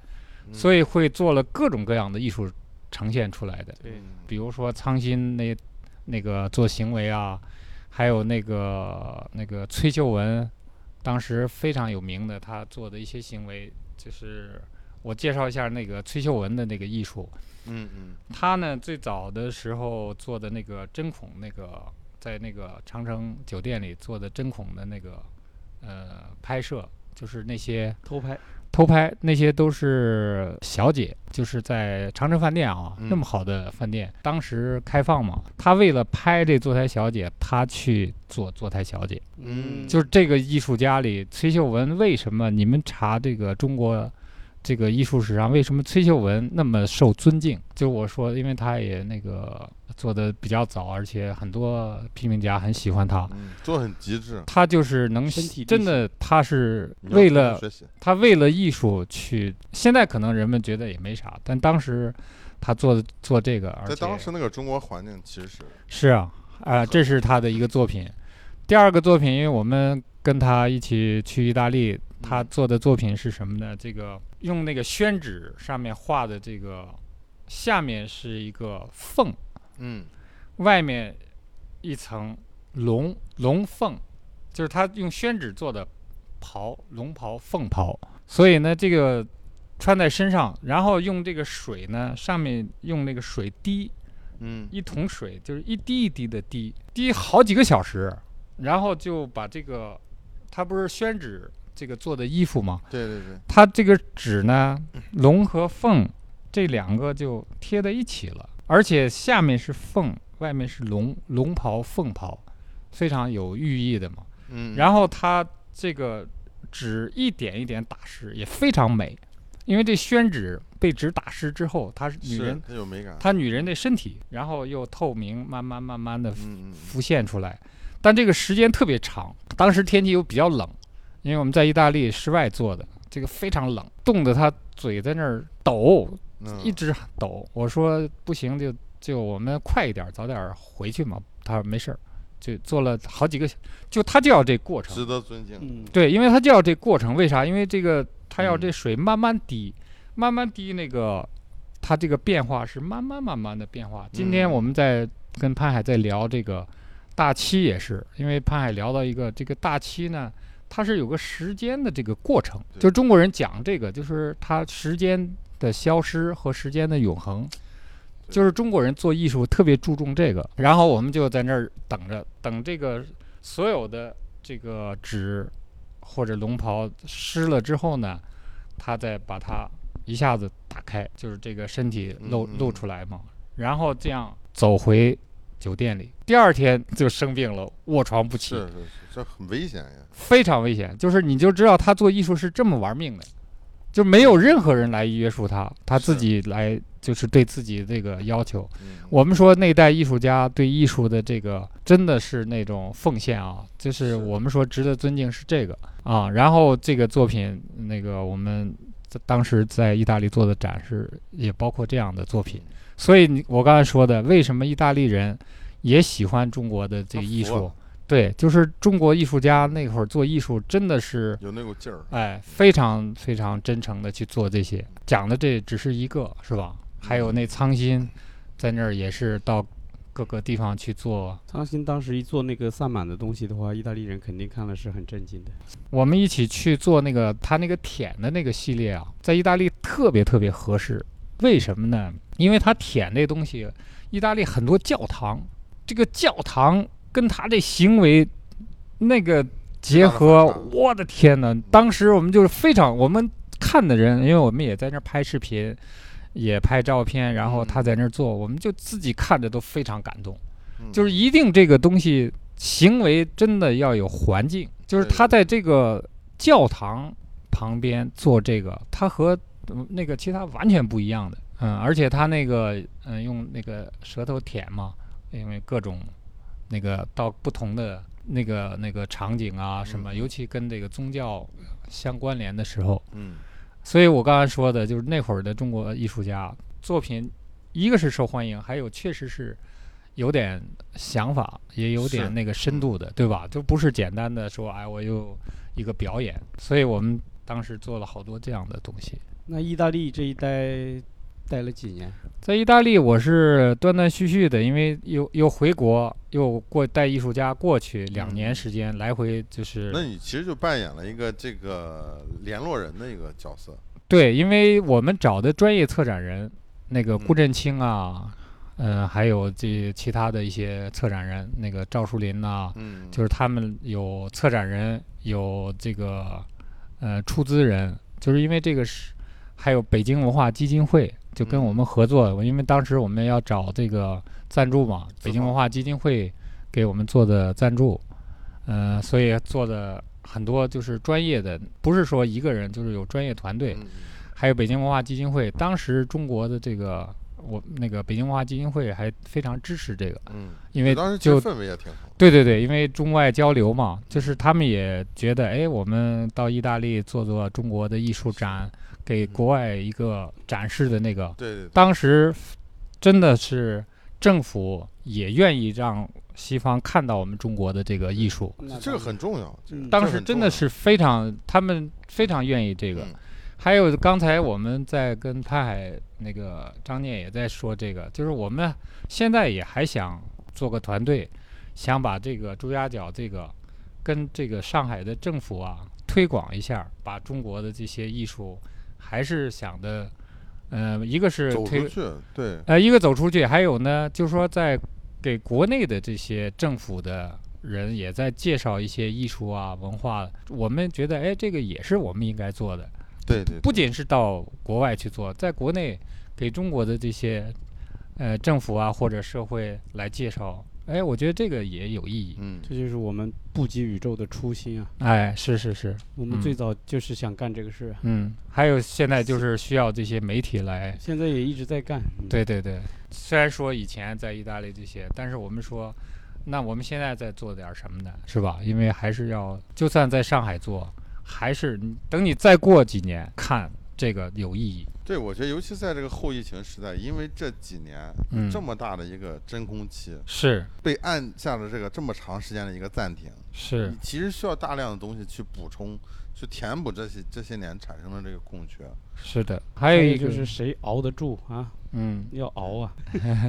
A: 嗯
C: 所以会做了各种各样的艺术呈现出来的。
B: 对，
A: 嗯
C: 比如说苍心那那个做行为啊，还有那个那个崔秀文，当时非常有名的，他做的一些行为，就是我介绍一下那个崔秀文的那个艺术。
A: 嗯嗯
C: 他呢最早的时候做的那个针孔，那个在那个长城酒店里做的针孔的那个呃拍摄，就是那些
B: 偷拍，
C: 偷拍那些都是小姐，就是在长城饭店啊，
A: 嗯
C: 那么好的饭店，当时开放嘛，他为了拍这坐台小姐，他去做坐台小姐，
A: 嗯
C: 就是这个艺术家里，崔秀文为什么你们查这个中国这个艺术史上为什么崔秀文那么受尊敬？就我说，因为他也那个做的比较早，而且很多批评家很喜欢他。
A: 嗯，做得很极致，
C: 他就是能
B: 身体力
C: 真
B: 行
C: 的，他是
A: 你要
C: 为
A: 多多
C: 了
A: 学习，
C: 他为了艺术去，现在可能人们觉得也没啥，但当时他做做这个，而
A: 在
C: 且
A: 当时那个中国环境其实是
C: 是啊，啊、这是他的一个作品。第二个作品，因为我们跟他一起去意大利，他
A: 嗯
C: 做的作品是什么呢？这个用那个宣纸上面画的这个，下面是一个凤，
A: 嗯
C: 外面一层龙龙凤，就是他用宣纸做的袍，龙袍、凤袍。所以呢，这个穿在身上，然后用这个水呢，上面用那个水滴，
A: 嗯
C: 一桶水就是一滴一滴的滴，滴好几个小时，然后就把这个，它不是宣纸这个做的衣服吗？
A: 对对对，
C: 它这个纸呢，龙和凤这两个就贴在一起了，而且下面是凤，外面是龙，龙袍凤袍，非常有寓意的嘛。
A: 嗯，后
C: 然后它这个纸一点一点打湿，也非常美，因为这宣纸被纸打湿之后，它是女
A: 是
C: 人，
A: 它有美感，
C: 它女人的身体，然后又透明，慢慢慢慢的
A: 嗯嗯嗯，
C: 浮现出来，但这个时间特别长。当时天气又比较冷，因为我们在意大利室外做的，这个非常冷，冻得他嘴在那儿抖，
A: 嗯
C: 一直抖。我说不行，就就我们快一点，早点回去嘛。他说没事儿，就做了好几个小，就他就要这过程
A: 值。得尊敬，
B: 嗯，
C: 对，因为他就要这过程，为啥？因为这个他要
A: 嗯
C: 这水慢慢滴，慢慢滴，那个它这个变化是慢慢慢慢的变化。今天
A: 嗯
C: 我们在跟潘海在聊这个大漆也是，因为潘海聊到一个这个大漆呢，它是有个时间的这个过程，
A: 对
C: 就中国人讲这个，就是它时间的消失和时间的永恒。
A: 对
C: 就是中国人做艺术特别注重这个，然后我们就在那儿等着，等这个所有的这个纸或者龙袍湿了之后呢，他再把它一下子打开，就是这个身体露
A: 嗯嗯
C: 露出来嘛，然后这样走回酒店里。第二天就生病了，卧床不起
A: 是，是是，这很危险呀，
C: 非常危险。就是你就知道他做艺术是这么玩命的，就没有任何人来约束他，他自
A: 是
C: 己来就是对自己这个要求。
A: 嗯
C: 我们说那代艺术家对艺术的这个真的是那种奉献啊，就是
A: 是
C: 我们说值得尊敬是这个啊。然后这个作品，那个我们在当时在意大利做的展示也包括这样的作品。所以你我刚才说的，为什么意大利人也喜欢中国的这个艺
A: 他服
C: 术
A: 啊？
C: 对，就是中国艺术家那会儿做艺术真的是
A: 有那股劲儿，
C: 哎，非常非常真诚的去做这些。讲的这只是一个，是吧？还有那苍心，在那儿也是到各个地方去做。
B: 苍心当时一做那个萨满的东西的话，意大利人肯定看了是很震惊的。
C: 我们一起去做那个他那个舔的那个系列啊，在意大利特别特别合适。为什么呢？因为他舔这东西，意大利很多教堂，这个教堂跟他这行为那个结合
A: 大的反，差
C: 我的天呐，当时我们就是非常，我们看的人，因为我们也在那儿拍视频，也拍照片，然后
A: 嗯
C: 他在那儿做，我们就自己看着都非常感动。
A: 嗯
C: 就是一定这个东西行为真的要有环境，就是
A: 对
C: 他在这个教堂旁边做这个，他和嗯那个其他完全不一样的，嗯，而且他那个嗯用那个舌头舔嘛，因为各种那个到不同的那个那个场景啊什么，
A: 嗯
C: 尤其跟这个宗教相关联的时候，
A: 嗯
C: 所以我刚才说的就是那会儿的中国艺术家作品，一个是受欢迎，还有确实是有点想法，也有
A: 是
C: 点那个深度的，对吧？就不是简单的说，哎，我又一个表演。所以我们当时做了好多这样的东西。
B: 那意大利这一待待了几年？
C: 在意大利，我是断断续续的，因为又又回国，又过带艺术家过去两年时间，来回就
A: 嗯
C: 是
A: 那你其实就扮演了一个这个联络人的一个角色，
C: 对，因为我们找的专业策展人，那个顾
A: 嗯
C: 振清啊，嗯、还有这其他的一些策展人，那个赵树林呐、
A: 嗯，
C: 就是他们有策展人，有这个呃出资人，就是因为这个是，还有北京文化基金会就跟
A: 嗯
C: 我们合作，因为当时我们要找这个赞助嘛，北京文化基金会给我们做的赞助，呃，所以做的很多就是专业的，不是说一个人，就是有专业团队。
A: 嗯，嗯
C: 还有北京文化基金会，当时中国的这个我那个北京文化基金会还非常支持这个，
A: 嗯，
C: 因为
A: 当时其实
C: 就
A: 氛围也挺好，
C: 对对对，因为中外交流嘛，就是他们也觉得，哎，我们到意大利做做中国的艺术展，给
A: 嗯
C: 国外一个展示的那个，
A: 对对对，
C: 当时真的是政府也愿意让西方看到我们中国的这个艺术，
B: 那
A: 这个很重要，这个
B: 嗯
C: 当
A: 这
C: 时
A: 很
C: 真
A: 重
C: 的
A: 要
C: 是非常，他们非常愿意这个。
A: 嗯
C: 还有刚才我们在跟潘海那个张念也在说这个，就是我们现在也还想做个团队，想把这个朱家角这个跟这个上海的政府啊推广一下，把中国的这些艺术还是想的，呃，一个是
A: 走
C: 推
A: 出去，对，
C: 呃，一个走出去，还有呢，就是说在给国内的这些政府的人也在介绍一些艺术啊、文化，我们觉得哎，这个也是我们应该做的。
A: 对对，
C: 不
A: 对
C: 仅是到国外去做，在国内给中国的这些呃政府啊或者社会来介绍，哎、哎，我觉得这个也有意义。
A: 嗯，
B: 这就是我们布吉宇宙的初心啊！
C: 哎，是是是，
B: 我们
C: 嗯
B: 最早就是想干这个事啊，
C: 嗯，还有现在就是需要这些媒体来，
B: 现在也一直在干。嗯，
C: 对对对。虽然说以前在意大利这些，但是我们说，那我们现在在做点儿什么呢？是吧？因为还是要，就算在上海做，还是你等你再过几年看这个有意义。
A: 对，我觉得尤其在这个后疫情时代，因为这几年
C: 嗯，
A: 这么大的一个真空期，
C: 是
A: 被按下了这个这么长时间的一个暂停，
C: 是
A: 你，其实需要大量的东西去补充，去填补这些这些年产生的这个空 缺。
C: 是的，还
B: 还
C: 有一
B: 有
C: 个
B: 就是，谁熬得住啊？
C: 嗯，
B: 要熬啊！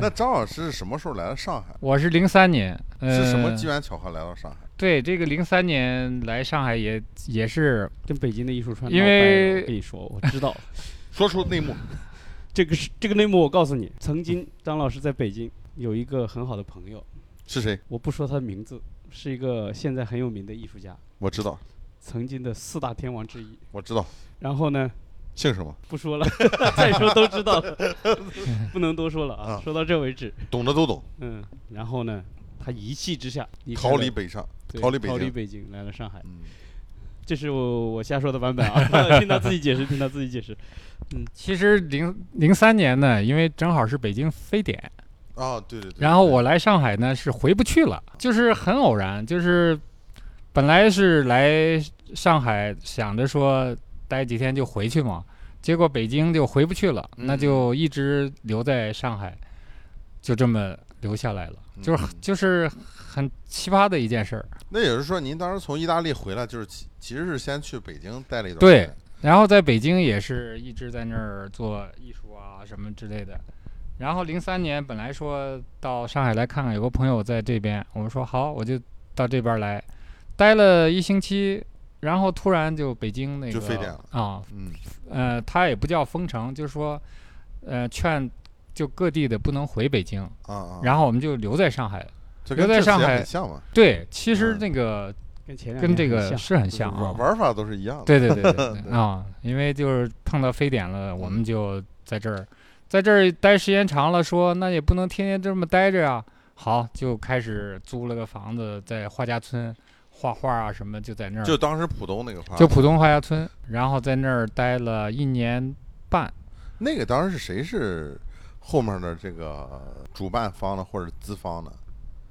A: 那张老师是什么时候来到上海？
C: 我是零三年，呃，
A: 是什么机缘巧合来到上海？
C: 对，这个零三年来上海也也是，
B: 跟北京的艺术串闹
C: 因
B: 掰了
C: 为
B: 我跟你说，我知道
A: 说出内幕。
B: 这个是这个内幕。我告诉你，曾经张老师在北京有一个很好的朋友，
A: 是谁？
B: 我不说他的名字，是一个现在很有名的艺术家，
A: 我知道，
B: 曾经的四大天王之一。
A: 我知道，
B: 然后呢，
A: 姓什么？
B: 不说了， 再说都知道了，不能多说了啊
A: 啊。
B: 说到这为止，
A: 懂的都懂。
B: 嗯，然后呢，他一气之下离开
A: 逃
B: 了
A: 离北上，
B: 对
A: 逃离北
B: 逃离
A: 京
B: 北京来了上海，
A: 嗯，
B: 这是我我瞎说的版本啊， 听他自己解释，听他自己解释。
C: 其实零零三年呢，因为正好是北京非典，
A: 啊，对对对。
C: 然后我来上海呢是回不去了，就是很偶然，就是本来是来上海想着说待几天就回去嘛，结果北京就回不去了，那
A: 嗯
C: 就一直留在上海，就这么留下来了，就是
A: 嗯
C: 就是很奇葩的一件事儿。
A: 那也就是说，您当时从意大利回来，就是其其实是先去北京待了一段
C: 对
A: 时间。
C: 然后在北京也是一直在那儿做艺术啊什么之类的。然后零三年本来说到上海来看看，有个朋友在这边，我们说好，我就到这边来，待了一星期，然后突然就北京那个
A: 就非典了
C: 啊，
A: 嗯
C: 呃，他也不叫封城，就是说，呃，劝就各地的不能回北京，
A: 啊啊。
C: 然后我们就留在上海。
A: 这
C: 留
A: 跟这
C: 在
A: 次
C: 上
A: 也
C: 海
A: 很像嘛，
C: 对，其实
A: 嗯
C: 那个
B: 跟前两
C: 跟
B: 年
C: 这
B: 很
C: 个
B: 像
C: 是很像啊
A: 玩，玩法都是一样的。
C: 对对对 对对啊、因为就是碰到非典了，我
A: 嗯
C: 们就在这儿，在这儿待时间长了说，那也不能天天这么待着呀、好，就开始租了个房子在画家村画画啊什么，就在那儿
A: 就啊当时浦东那个话，
C: 就浦东画家村，然后在那儿待了一年半。
A: 那个当时是谁是后面的这个主办方呢，或者资方呢？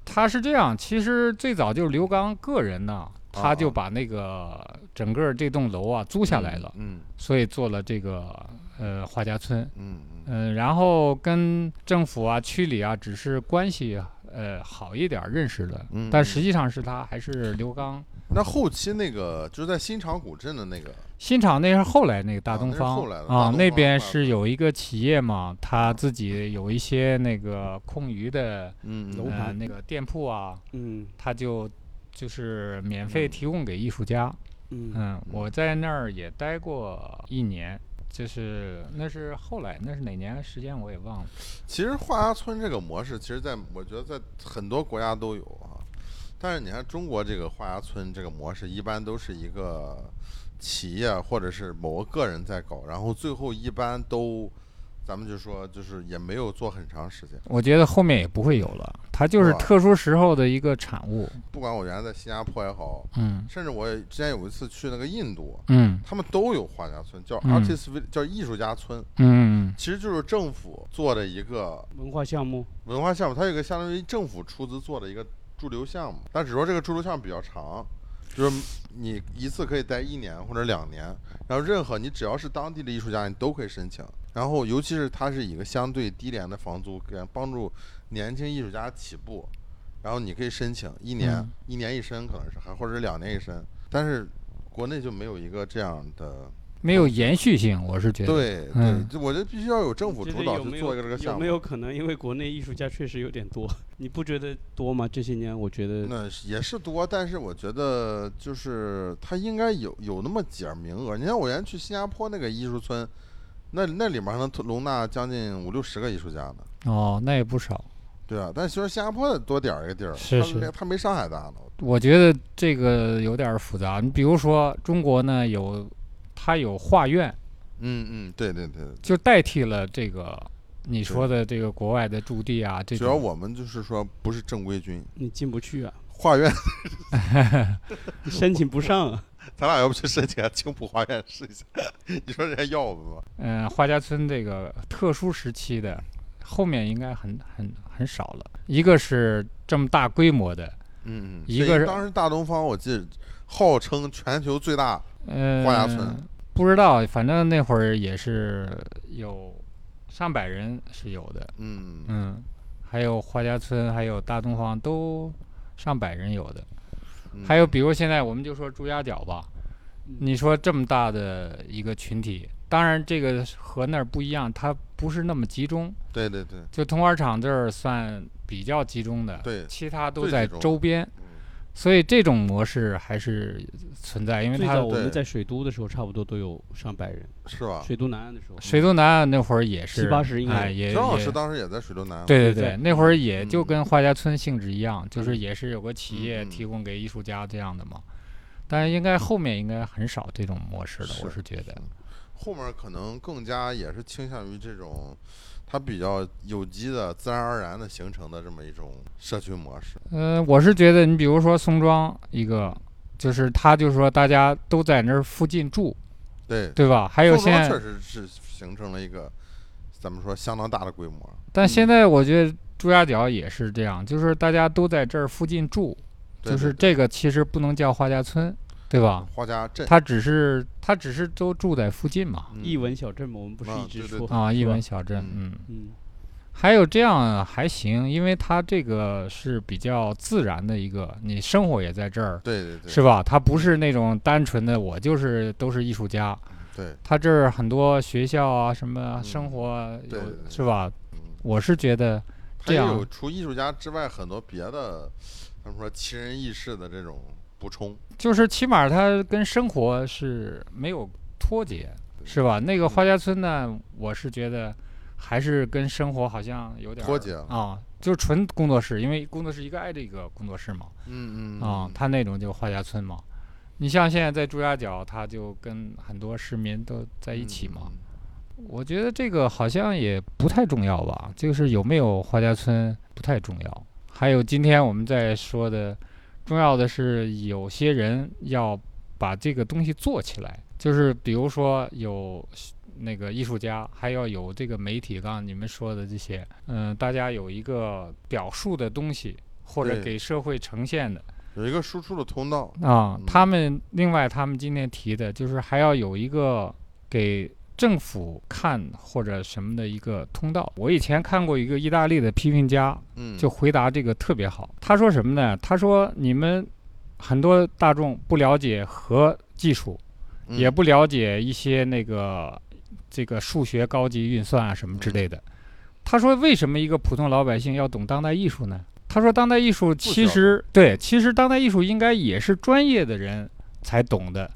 C: 他是这样，其实最早就是刘刚个人呢，他就
A: 啊
C: 把那个整个这栋楼啊租
A: 租
C: 下来了，
A: 嗯
C: 所以做了这个呃画家村。
A: 嗯嗯嗯
C: 嗯，然后跟政府啊、区里啊，只是关系呃好一点儿认识的，
A: 嗯。
C: 但
A: 嗯
C: 实际上是他还是刘刚
A: 那后期那个就是在新场古镇的那个，
C: 新厂那是后来那个
A: 啊
C: 大
A: 那
C: 东
A: 是
C: 方
A: 后来的大
C: 啊，
A: 东
C: 那
A: 方
C: 边
A: 画
C: 是有一个企业嘛，他自己有一些那个空余的
A: 嗯
B: 楼
C: 呃
B: 盘
C: 那个店铺啊，
B: 嗯
C: 他就就是免费
A: 嗯
C: 提供给艺术家。
B: 嗯，
C: 嗯，我在那儿也待过一年。就是那是后来那是哪年时间我也忘了，
A: 其实画家村这个模式，其实在我觉得在很多国家都有啊。但是你看中国这个画家村这个模式，一般都是一个企业或者是某个个人在搞，然后最后一般都，咱们就说就是也没有做很长时间。
C: 我觉得后面也不会有了，它就是
A: 哇
C: 特殊时候的一个产物。
A: 不管我原来在新加坡也好，
C: 嗯
A: 甚至我也之前有一次去那个印度，
C: 嗯
A: 他们都有画家村，叫
C: 嗯
A: artist vil- 叫艺术家村，
C: 嗯
A: 其实就是政府做的一个
B: 文化项目
A: 文化项目，它有一个相当于政府出资做的一个驻留项目，但只说这个驻留项目比较长，就是你一次可以待一年或者两年，然后任何你只要是当地的艺术家，你都可以申请。然后尤其是它是一个相对低廉的房租，给帮助年轻艺术家起步，然后你可以申请一年、
C: 嗯
A: 一年一申，可能是还或者是两年一申，但是国内就没有一个这样的
C: 没有延续性，我是觉得。
A: 对对
C: 嗯，
A: 就我觉得必须要有政府
B: 就是
A: 主导
B: 有
A: 去
B: 没有
A: 做一个这个项
B: 有
A: 目
B: 没。有可能因为国内艺术家确实有点多，你不觉得多吗？这些年我觉得
A: 那是也是多，但是我觉得就是它应该有有那么几儿名额。你像我原来去新加坡那个艺术村，那那里面还能容纳将近五六十个艺术家呢，
C: 哦，那也不少。
A: 对啊。但其实新加坡的多点儿一个地儿，
C: 是
A: 它
C: 是
A: 没它没上海大呢。
C: 我觉得这个有点儿复杂。你比如说，中国呢有，它有画院，
A: 嗯嗯，对对对，
C: 就代替了这个你说的这个国外的驻地啊，这
A: 主要
C: 种
A: 我们就是说不是正规军，
B: 你进不去啊，
A: 化院，
B: 你申请不上啊。
A: 咱俩要不去申请青浦化院试一下？ 你说人家要我们吗？
C: 嗯、花家村这个特殊时期的，后面应该很很很少了。一个是这么大规模的，
A: 嗯，
C: 一
A: 对
C: 个是
A: 当时大东方，我记得号称全球最大，
C: 嗯、
A: 花家村
C: 不知道，反正那会儿也是有上百人是有的，
A: 嗯，
C: 嗯，还有花家村，还有大东方都上百人有的。
A: 嗯
C: 还有比如现在我们就说朱家角吧，
B: 嗯
C: 你说这么大的一个群体，当然这个和那儿不一样，它不是那么集中，
A: 对对对，
C: 就铜花厂这儿算比较集中的，
A: 对
C: 其他都
A: 最
C: 在
A: 集中
C: 周边，所以这种模式还是存在， 因为
B: 最
C: 它
B: 早我
A: 对啊
B: 们在水都的时候，差不多都有上百人。
A: 是吧？
B: 水都南岸的时候，
C: 水都南岸那会儿也
B: 七
C: 是
B: 八十应该
C: 哎
B: 有
C: 也
A: 张老师
C: 也。
A: 当时也在水流南，，
C: 对对
B: 对
C: 对，那会儿也就
A: 嗯
C: 跟花家村性质一样，就是
A: 嗯
C: 也是有个企业
A: 嗯嗯
C: 提供给艺术家这样的嘛。但是应该后面应该很少这种模式了，我
A: 是
C: 是觉得。
A: 后面可能更加也是倾向于这种，它比较有机的、自然而然的形成的这么一种社区模式。
C: 嗯、我是觉得你比如说宋庄一个，就是他就说大家都在那儿附近住，
A: 对，
C: 对吧？还有
A: 宋
C: 现
A: 庄
C: 在
A: 确实是形成了一个咱们说相当大的规模。
C: 但
B: 嗯
C: 现在我觉得朱家角也是这样，就是大家都在这儿附近住，
A: 对
C: 就是
A: 对
C: 这个其实不能叫花家村，对吧？
A: 花家镇，
C: 它只是它只是都住在附近嘛，
A: 嗯
B: 艺文小镇嘛，我们不是
A: 啊
B: 一直
A: 对对
B: 说
C: 啊，一文
B: 是吧
C: 小镇，
A: 嗯
C: 嗯，
B: 嗯
C: 还有这样还行，因为它这个是比较自然的一个，你生活也在这儿，
A: 对对对，
C: 是吧？它不是那种单纯的我就是都是艺术家，
A: 对，
C: 它这儿很多学校啊，什么生活啊有
A: 嗯对对对
C: 是吧？
A: 嗯，
C: 我是觉得
A: 它
C: 这
A: 也
C: 样
A: 有除艺术家之外很多别的，咱们说奇人异事的这种补充。
C: 就是起码它跟生活是没有脱节，是吧？那个花家村呢，我是觉得还是跟生活好像有点儿
A: 脱节了
C: 啊，就是纯工作室，因为工作室一个挨着一个工作室嘛，
A: 嗯嗯
C: 啊，它那种就花家村嘛。你像现在在朱家角，它就跟很多市民都在
A: 在
C: 一起
A: 嗯
C: 嘛。我觉得这个好像也不太重要吧，就是有没有花家村不太重要。还有今天我们在说的，重要的是有些人要把这个东西做起来，就是比如说有那个艺术家，还要有这个媒体，刚刚你们说的这些，嗯，大家有一个表述的东西，或者
A: 对
C: 给社会呈现的。
A: 有一个输出的通道。
C: 啊
A: 嗯，
C: 他们另外他们今天提的就是还要有一个给政府看或者什么的一个通道。我以前看过一个意大利的批评家，
A: 嗯，
C: 就回答这个特别好。他说什么呢？他说你们很多大众不了解核技术，
A: 嗯
C: 也不了解一些那个这个数学高级运算啊什么之类的。他说为什么一个普通老百姓要懂当代艺术呢？他说当代艺术
A: 需
C: 其
A: 要
C: 实对，其实当代艺术应该也是专业的人才懂的。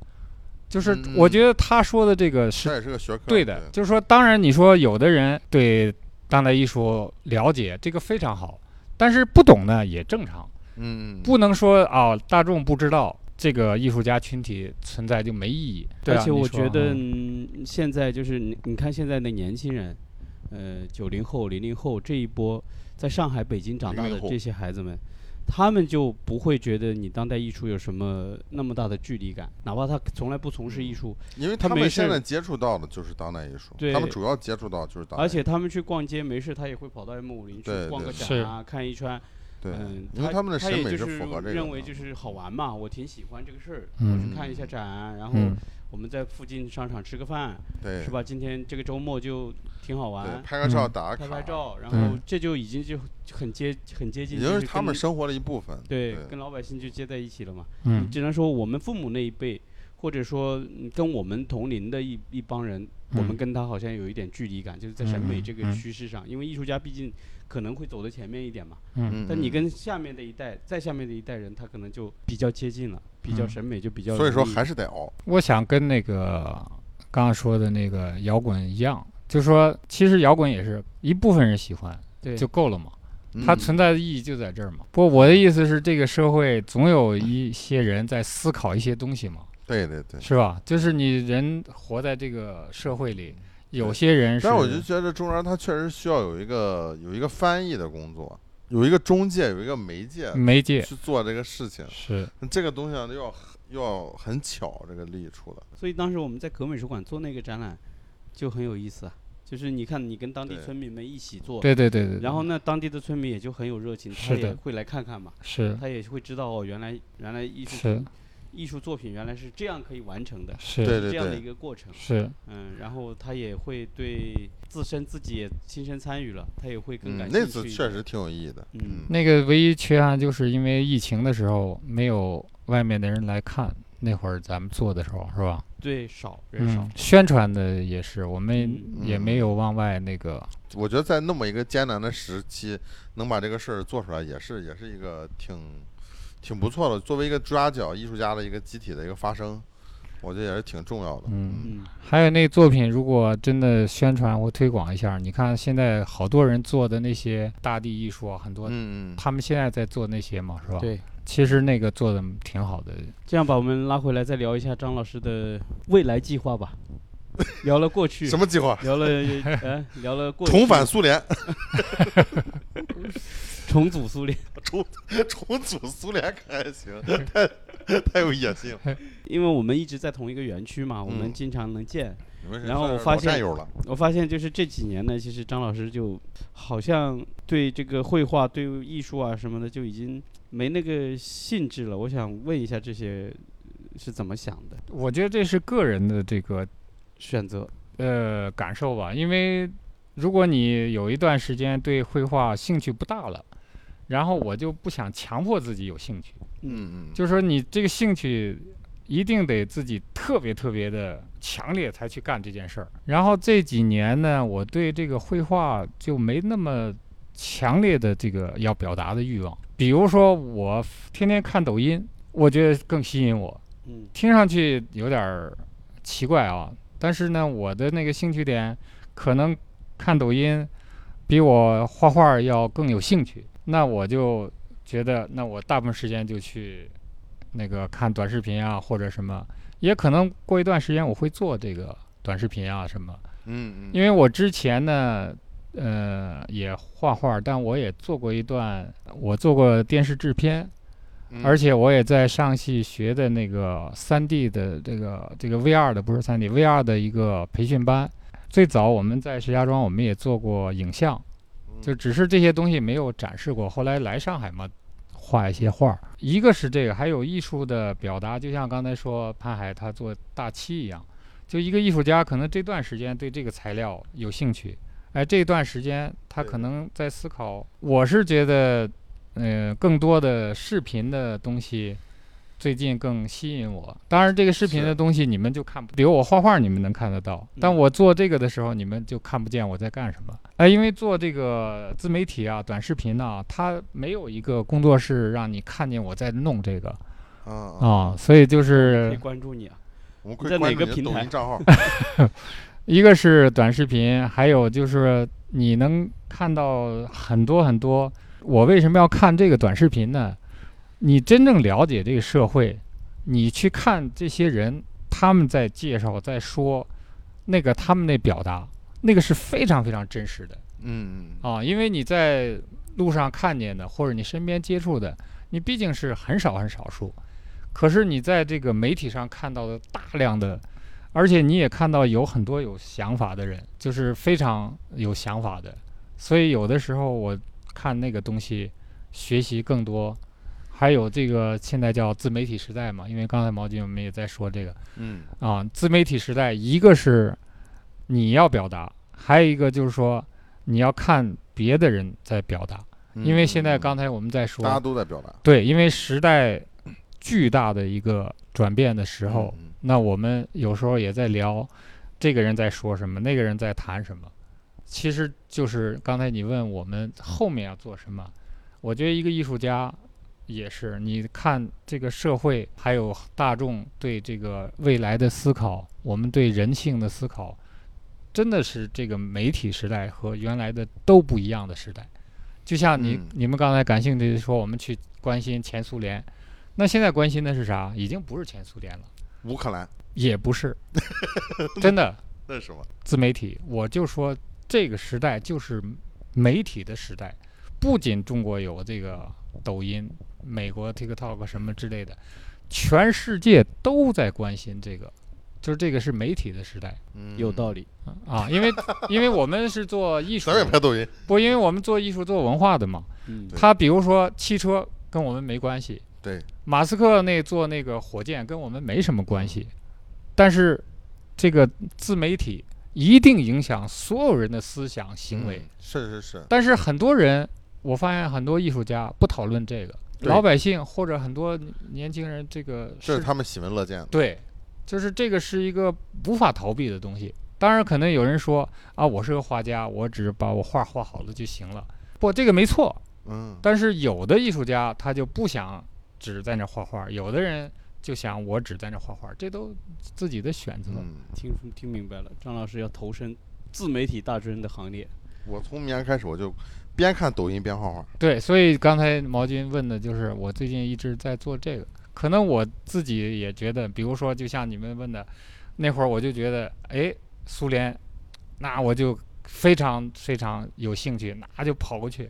C: 就是
A: 嗯
C: 我觉得他说的这个是
A: 这也是个学科。
C: 对的，就是说，当然你说有的人对当代艺术了解，这个非常好，但是不懂呢也正常，
A: 嗯，嗯，
C: 不能说啊、大众不知道这个艺术家群体存在就没意义。对啊
B: 而且
C: 你
B: 我
C: 说
B: 觉得
C: 嗯
B: 嗯现在就是你你看现在的年轻人，呃，九零后、零零后这一波在上海、北京长大的
A: 00后
B: 这些孩子们。他们就不会觉得你当代艺术有什么那么大的距离感，哪怕他从来不从事艺
A: 嗯
B: 术，
A: 因为
B: 他
A: 他
B: 没
A: 们
B: 事
A: 现在接触到的就是当代艺术，
B: 对
A: 他们主要接触到就是当代
B: 而
A: 艺术，
B: 且他们去逛街没事，他也会跑到 M 五零去
A: 对
B: 逛个
A: 对
B: 展啊，看一圈。
A: 对，
B: 嗯，
A: 因为他们的审
B: 也
A: 美
B: 就是是
A: 符合这个的，
B: 认为就是好玩嘛，我挺喜欢这个事儿，我
C: 嗯
B: 去看一下展，然后
C: 嗯，
B: 我们在附近商场吃个饭，
A: 对
B: 是吧？今天这个周末就挺好
A: 对，
B: 玩，
A: 拍个照
C: 嗯
A: 打个
B: 拍
A: 卡，
B: 拍照，然
C: 嗯
B: 后这就已经就很接很接近，
A: 已经
B: 就是
A: 他们
B: 跟
A: 生活的一部分。
B: 对
A: 对
B: 跟老百姓就接在一起了嘛。
C: 嗯
B: 只能说我们父母那一辈，或者说嗯跟我们同龄的一一帮人，我们
C: 嗯
B: 跟他好像有一点距离感，就是在审美
C: 嗯
B: 这个
C: 嗯
B: 趋势上，因为艺术家毕竟可能会走得前面一点嘛。
C: 嗯
A: 嗯，
B: 但你
A: 嗯
B: 跟下面的一代，再下面的一代人，他可能就比较接近了，比较
C: 嗯
B: 审美就比较容易。
A: 所以说还是得熬，
C: 我想跟那个刚刚说的那个摇滚一样，就说其实摇滚也是一部分人喜欢
B: 对
C: 就够了嘛。
A: 嗯
C: 它存在的意义就在这儿嘛。不过我的意思是，这个社会总有一些人在思考一些东西嘛，
A: 对对对，
C: 是吧？就是你人活在这个社会里，有些人
A: 但是我就觉得中间他确实需要有一个有一个翻译的工作，有一个中介，有一个媒介
C: 媒介
A: 去做这个事情。
C: 是
A: 这个东西啊要很要很巧，这个力出的。
B: 所以当时我们在革美术馆做那个展览，就很有意思啊。就是你看，你跟当地
A: 对
B: 村民们一起做，
C: 对对对对，
B: 然后呢，当地的村民也就很有热情，他
C: 是的
B: 也会来看看嘛，
C: 是
B: 他也会知道哦，原来原来艺术
C: 是
B: 品艺术作品原来是这样可以完成的，
C: 是
A: 对
B: 这样的一个过程。
C: 是
B: 嗯，然后他也会对自身自己也亲身参与了，他也会更
A: 嗯
B: 感，兴趣。
A: 那次确实挺有意义的。
B: 嗯
A: 嗯，
C: 那个唯一缺憾就是因为疫情的时候没有外面的人来看，那会儿咱们做的时候是吧？
B: 对少人少
C: 嗯，，宣传的也是，我们
B: 嗯
C: 也没有往外那个，
A: 我觉得在那么一个艰难的时期，能把这个事儿做出来，也是也是一个挺挺不错的。作为一个抓角艺术家的一个集体的一个发声，我觉得也是挺重要的。
C: 嗯
B: 嗯
C: 还有那作品，如果真的宣传或推广一下，你看现在好多人做的那些大地艺术啊，很多、
A: 嗯嗯，
C: 他们现在在做那些嘛，是吧？，
B: 对。
C: 其实那个做的挺好的。
B: 这样把我们拉回来，再聊一下张老师的未来计划吧。聊了过去，
A: 什么计划？
B: 聊了呃， 聊了过去
A: 重返苏联，
B: 重组苏联，
A: 重组苏联可还行，太太有野 心了。
B: 因为我们一直在同一个园区嘛，我们
A: 嗯
B: 经常能见。
A: 你们是
B: 然后我
A: 算是
B: 发
A: 老战
B: 现
A: 友了，
B: 我发现就是这几年呢，其实张老师就好像对这个绘画、对艺术啊什么的就已经没那个兴致了。我想问一下，这些是怎么想的？
C: 我觉得这是个人的这个
B: 选择，
C: 呃感受吧，因为如果你有一段时间对绘画兴趣不大了，然后我就不想强迫自己有兴趣，
A: 嗯嗯，
C: 就是说你这个兴趣一定得自己特别特别的强烈才去干这件事儿。然后这几年呢，我对这个绘画就没那么强烈的这个要表达的欲望。比如说，我天天看抖音，我觉得更吸引我，
B: 嗯
C: 听上去有点儿奇怪啊，但是呢，我的那个兴趣点可能看抖音比我画画要更有兴趣，那我就觉得，那我大部分时间就去那个看短视频啊，或者什么，也可能过一段时间我会做这个短视频啊什么，
A: 嗯嗯，
C: 因为我之前呢，呃，也画画，但我也做过一段，呃我做过电视制片，
A: 嗯
C: 而且我也在上戏学的那个三 D 的这个这个 VR 的不是三 D，VR 的一个培训班。最早我们在石家庄，我们也做过影像，
A: 嗯
C: 就只是这些东西没有展示过。后来来上海嘛，画一些画儿。一个是这个，还有艺术的表达，就像刚才说潘海他做大漆一样，就一个艺术家可能这段时间对这个材料有兴趣，哎，这段时间他
A: 对
C: 可能在思考。我是觉得，呃，更多的视频的东西。最近更吸引我，当然这个视频
A: 是
C: 的东西你们就看不，比如我画画你们能看得到，但
B: 嗯
C: 我做这个的时候你们就看不见我在干什么。哎，因为做这个自媒体啊、短视频呐、它没有一个工作室让你看见我在弄这个
A: 啊啊，
C: 啊，所以就
B: 可以
C: 是
B: 关注你啊。
A: 我们可以
B: 在
A: 关
B: 哪
A: 注
B: 个
A: 你的
B: 平
A: 抖
B: 台
A: 音账 号，
C: 一个是短视频，还有就是你能看到很多很多。我为什么要看这个短视频呢？你真正了解这个社会，你去看这些人他们在介绍、在说，那个他们那表达，那个是非常非常真实的。
A: 嗯嗯
C: 啊，因为你在路上看见的，或者你身边接触的，你毕竟是很少很少数。可是你在这个媒体上看到的大量的，而且你也看到有很多有想法的人，就是非常有想法的。所以有的时候我看那个东西，学习更多。还有这个现在叫自媒体时代嘛，因为刚才毛军我们也在说这个，
A: 嗯
C: 啊，自媒体时代，一个是你要表达，还有一个就是说你要看别的人在表达，
A: 嗯，
C: 因为现在
A: 嗯
C: 刚才我们在说，
A: 大家都在表达
C: 对，因为时代巨大的一个转变的时候，
A: 嗯
C: 那我们有时候也在聊这个人在说什么，那个人在谈什么，其实就是刚才你问我们后面要做什么，我觉得一个艺术家也是，你看这个社会还有大众对这个未来的思考，我们对人性的思考，真的是这个媒体时代和原来的都不一样的时代。就像你、
A: 嗯
C: 你们刚才感兴趣的说，我们去关心前苏联，那现在关心的是啥？已经不是前苏联了。
A: 嗯乌克兰
C: 也不是，真的，
A: 那是什么？
C: 自媒体，我就说这个时代就是媒体的时代，不仅中国有这个抖音、美国 TikTok 什么之类的，全世界都在关心这个，就是这个是媒体的时代
A: 嗯
B: 有道理。
C: 啊，因为因为我们是做艺术
A: 咱，们也拍抖音，
C: 不，因为我们做艺术做文化的嘛，
B: 嗯，
A: 对
C: 他比如说汽车跟我们没关系，
A: 对，
C: 马斯克那做那个火箭跟我们没什么关系，但是这个自媒体一定影响所有人的思想行为。
A: 嗯是是是，
C: 但是很多人，我发现很多艺术家不讨论这个，
A: 对
C: 老百姓或者很多年轻人，这个
A: 这
C: 是
A: 是他们喜闻乐见的。
C: 对，就是这个是一个无法逃避的东西。当然，可能有人说啊，我是个画家，我只把我画画好了就行了。不，这个没错，
A: 嗯，
C: 但是有的艺术家他就不想只在那儿画画，有的人就想我只在那儿画画，这都自己的选择。
A: 嗯，
B: 听听明白了，张老师要投身自媒体大专的行列。
A: 我从明年开始我就边看抖音边画画。
C: 对，所以刚才毛军问的就是我最近一直在做这个，可能我自己也觉得，比如说就像你们问的，那会儿我就觉得，哎，苏联，那我就非常非常有兴趣，那就跑过去。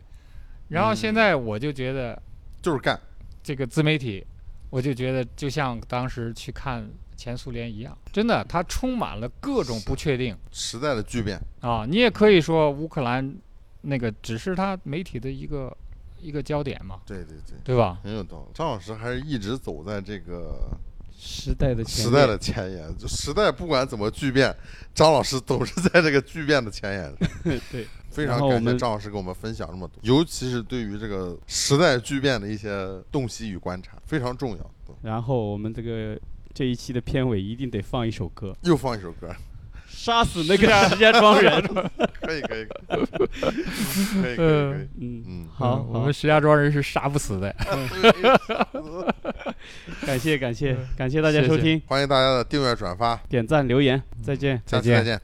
C: 然后现
A: 嗯
C: 在我就觉得，
A: 就是干，
C: 这个自媒体，我就觉得就像当时去看前苏联一样，真的，它充满了各种不确定
A: 时代的巨变，
C: 啊。你也可以说乌克兰那个只是它媒体的一个一个焦点嘛，
A: 对对对，
C: 对吧？
A: 很有道理。张老师还是一直走在这个
B: 时代的前
A: 时代
B: 列
A: 的前沿，就时代不管怎么巨变，张老师总是在这个巨变的前沿。
B: 对，
A: 非
B: 然
A: 常
B: 后我
A: 感谢
B: 们
A: 张老师给我们分享这么多，尤其是对于这个时代巨变的一些洞悉与观察，非常重要。
B: 然后我们这个这一期的片尾一定得放一首歌，啊
A: 又放一首歌，
B: 杀死那个石家庄人。
A: 可以可以，可以可以可以，
B: 嗯，
A: 嗯，
B: 好，
C: 我们石家庄人是杀不死的。嗯
B: 好感谢感谢感谢大家
C: 谢
B: 收
C: 谢
B: 听，
A: 欢迎大家的订阅、转发，
B: 点赞留言，再见。
A: 下期
C: 嗯再见
A: 再见。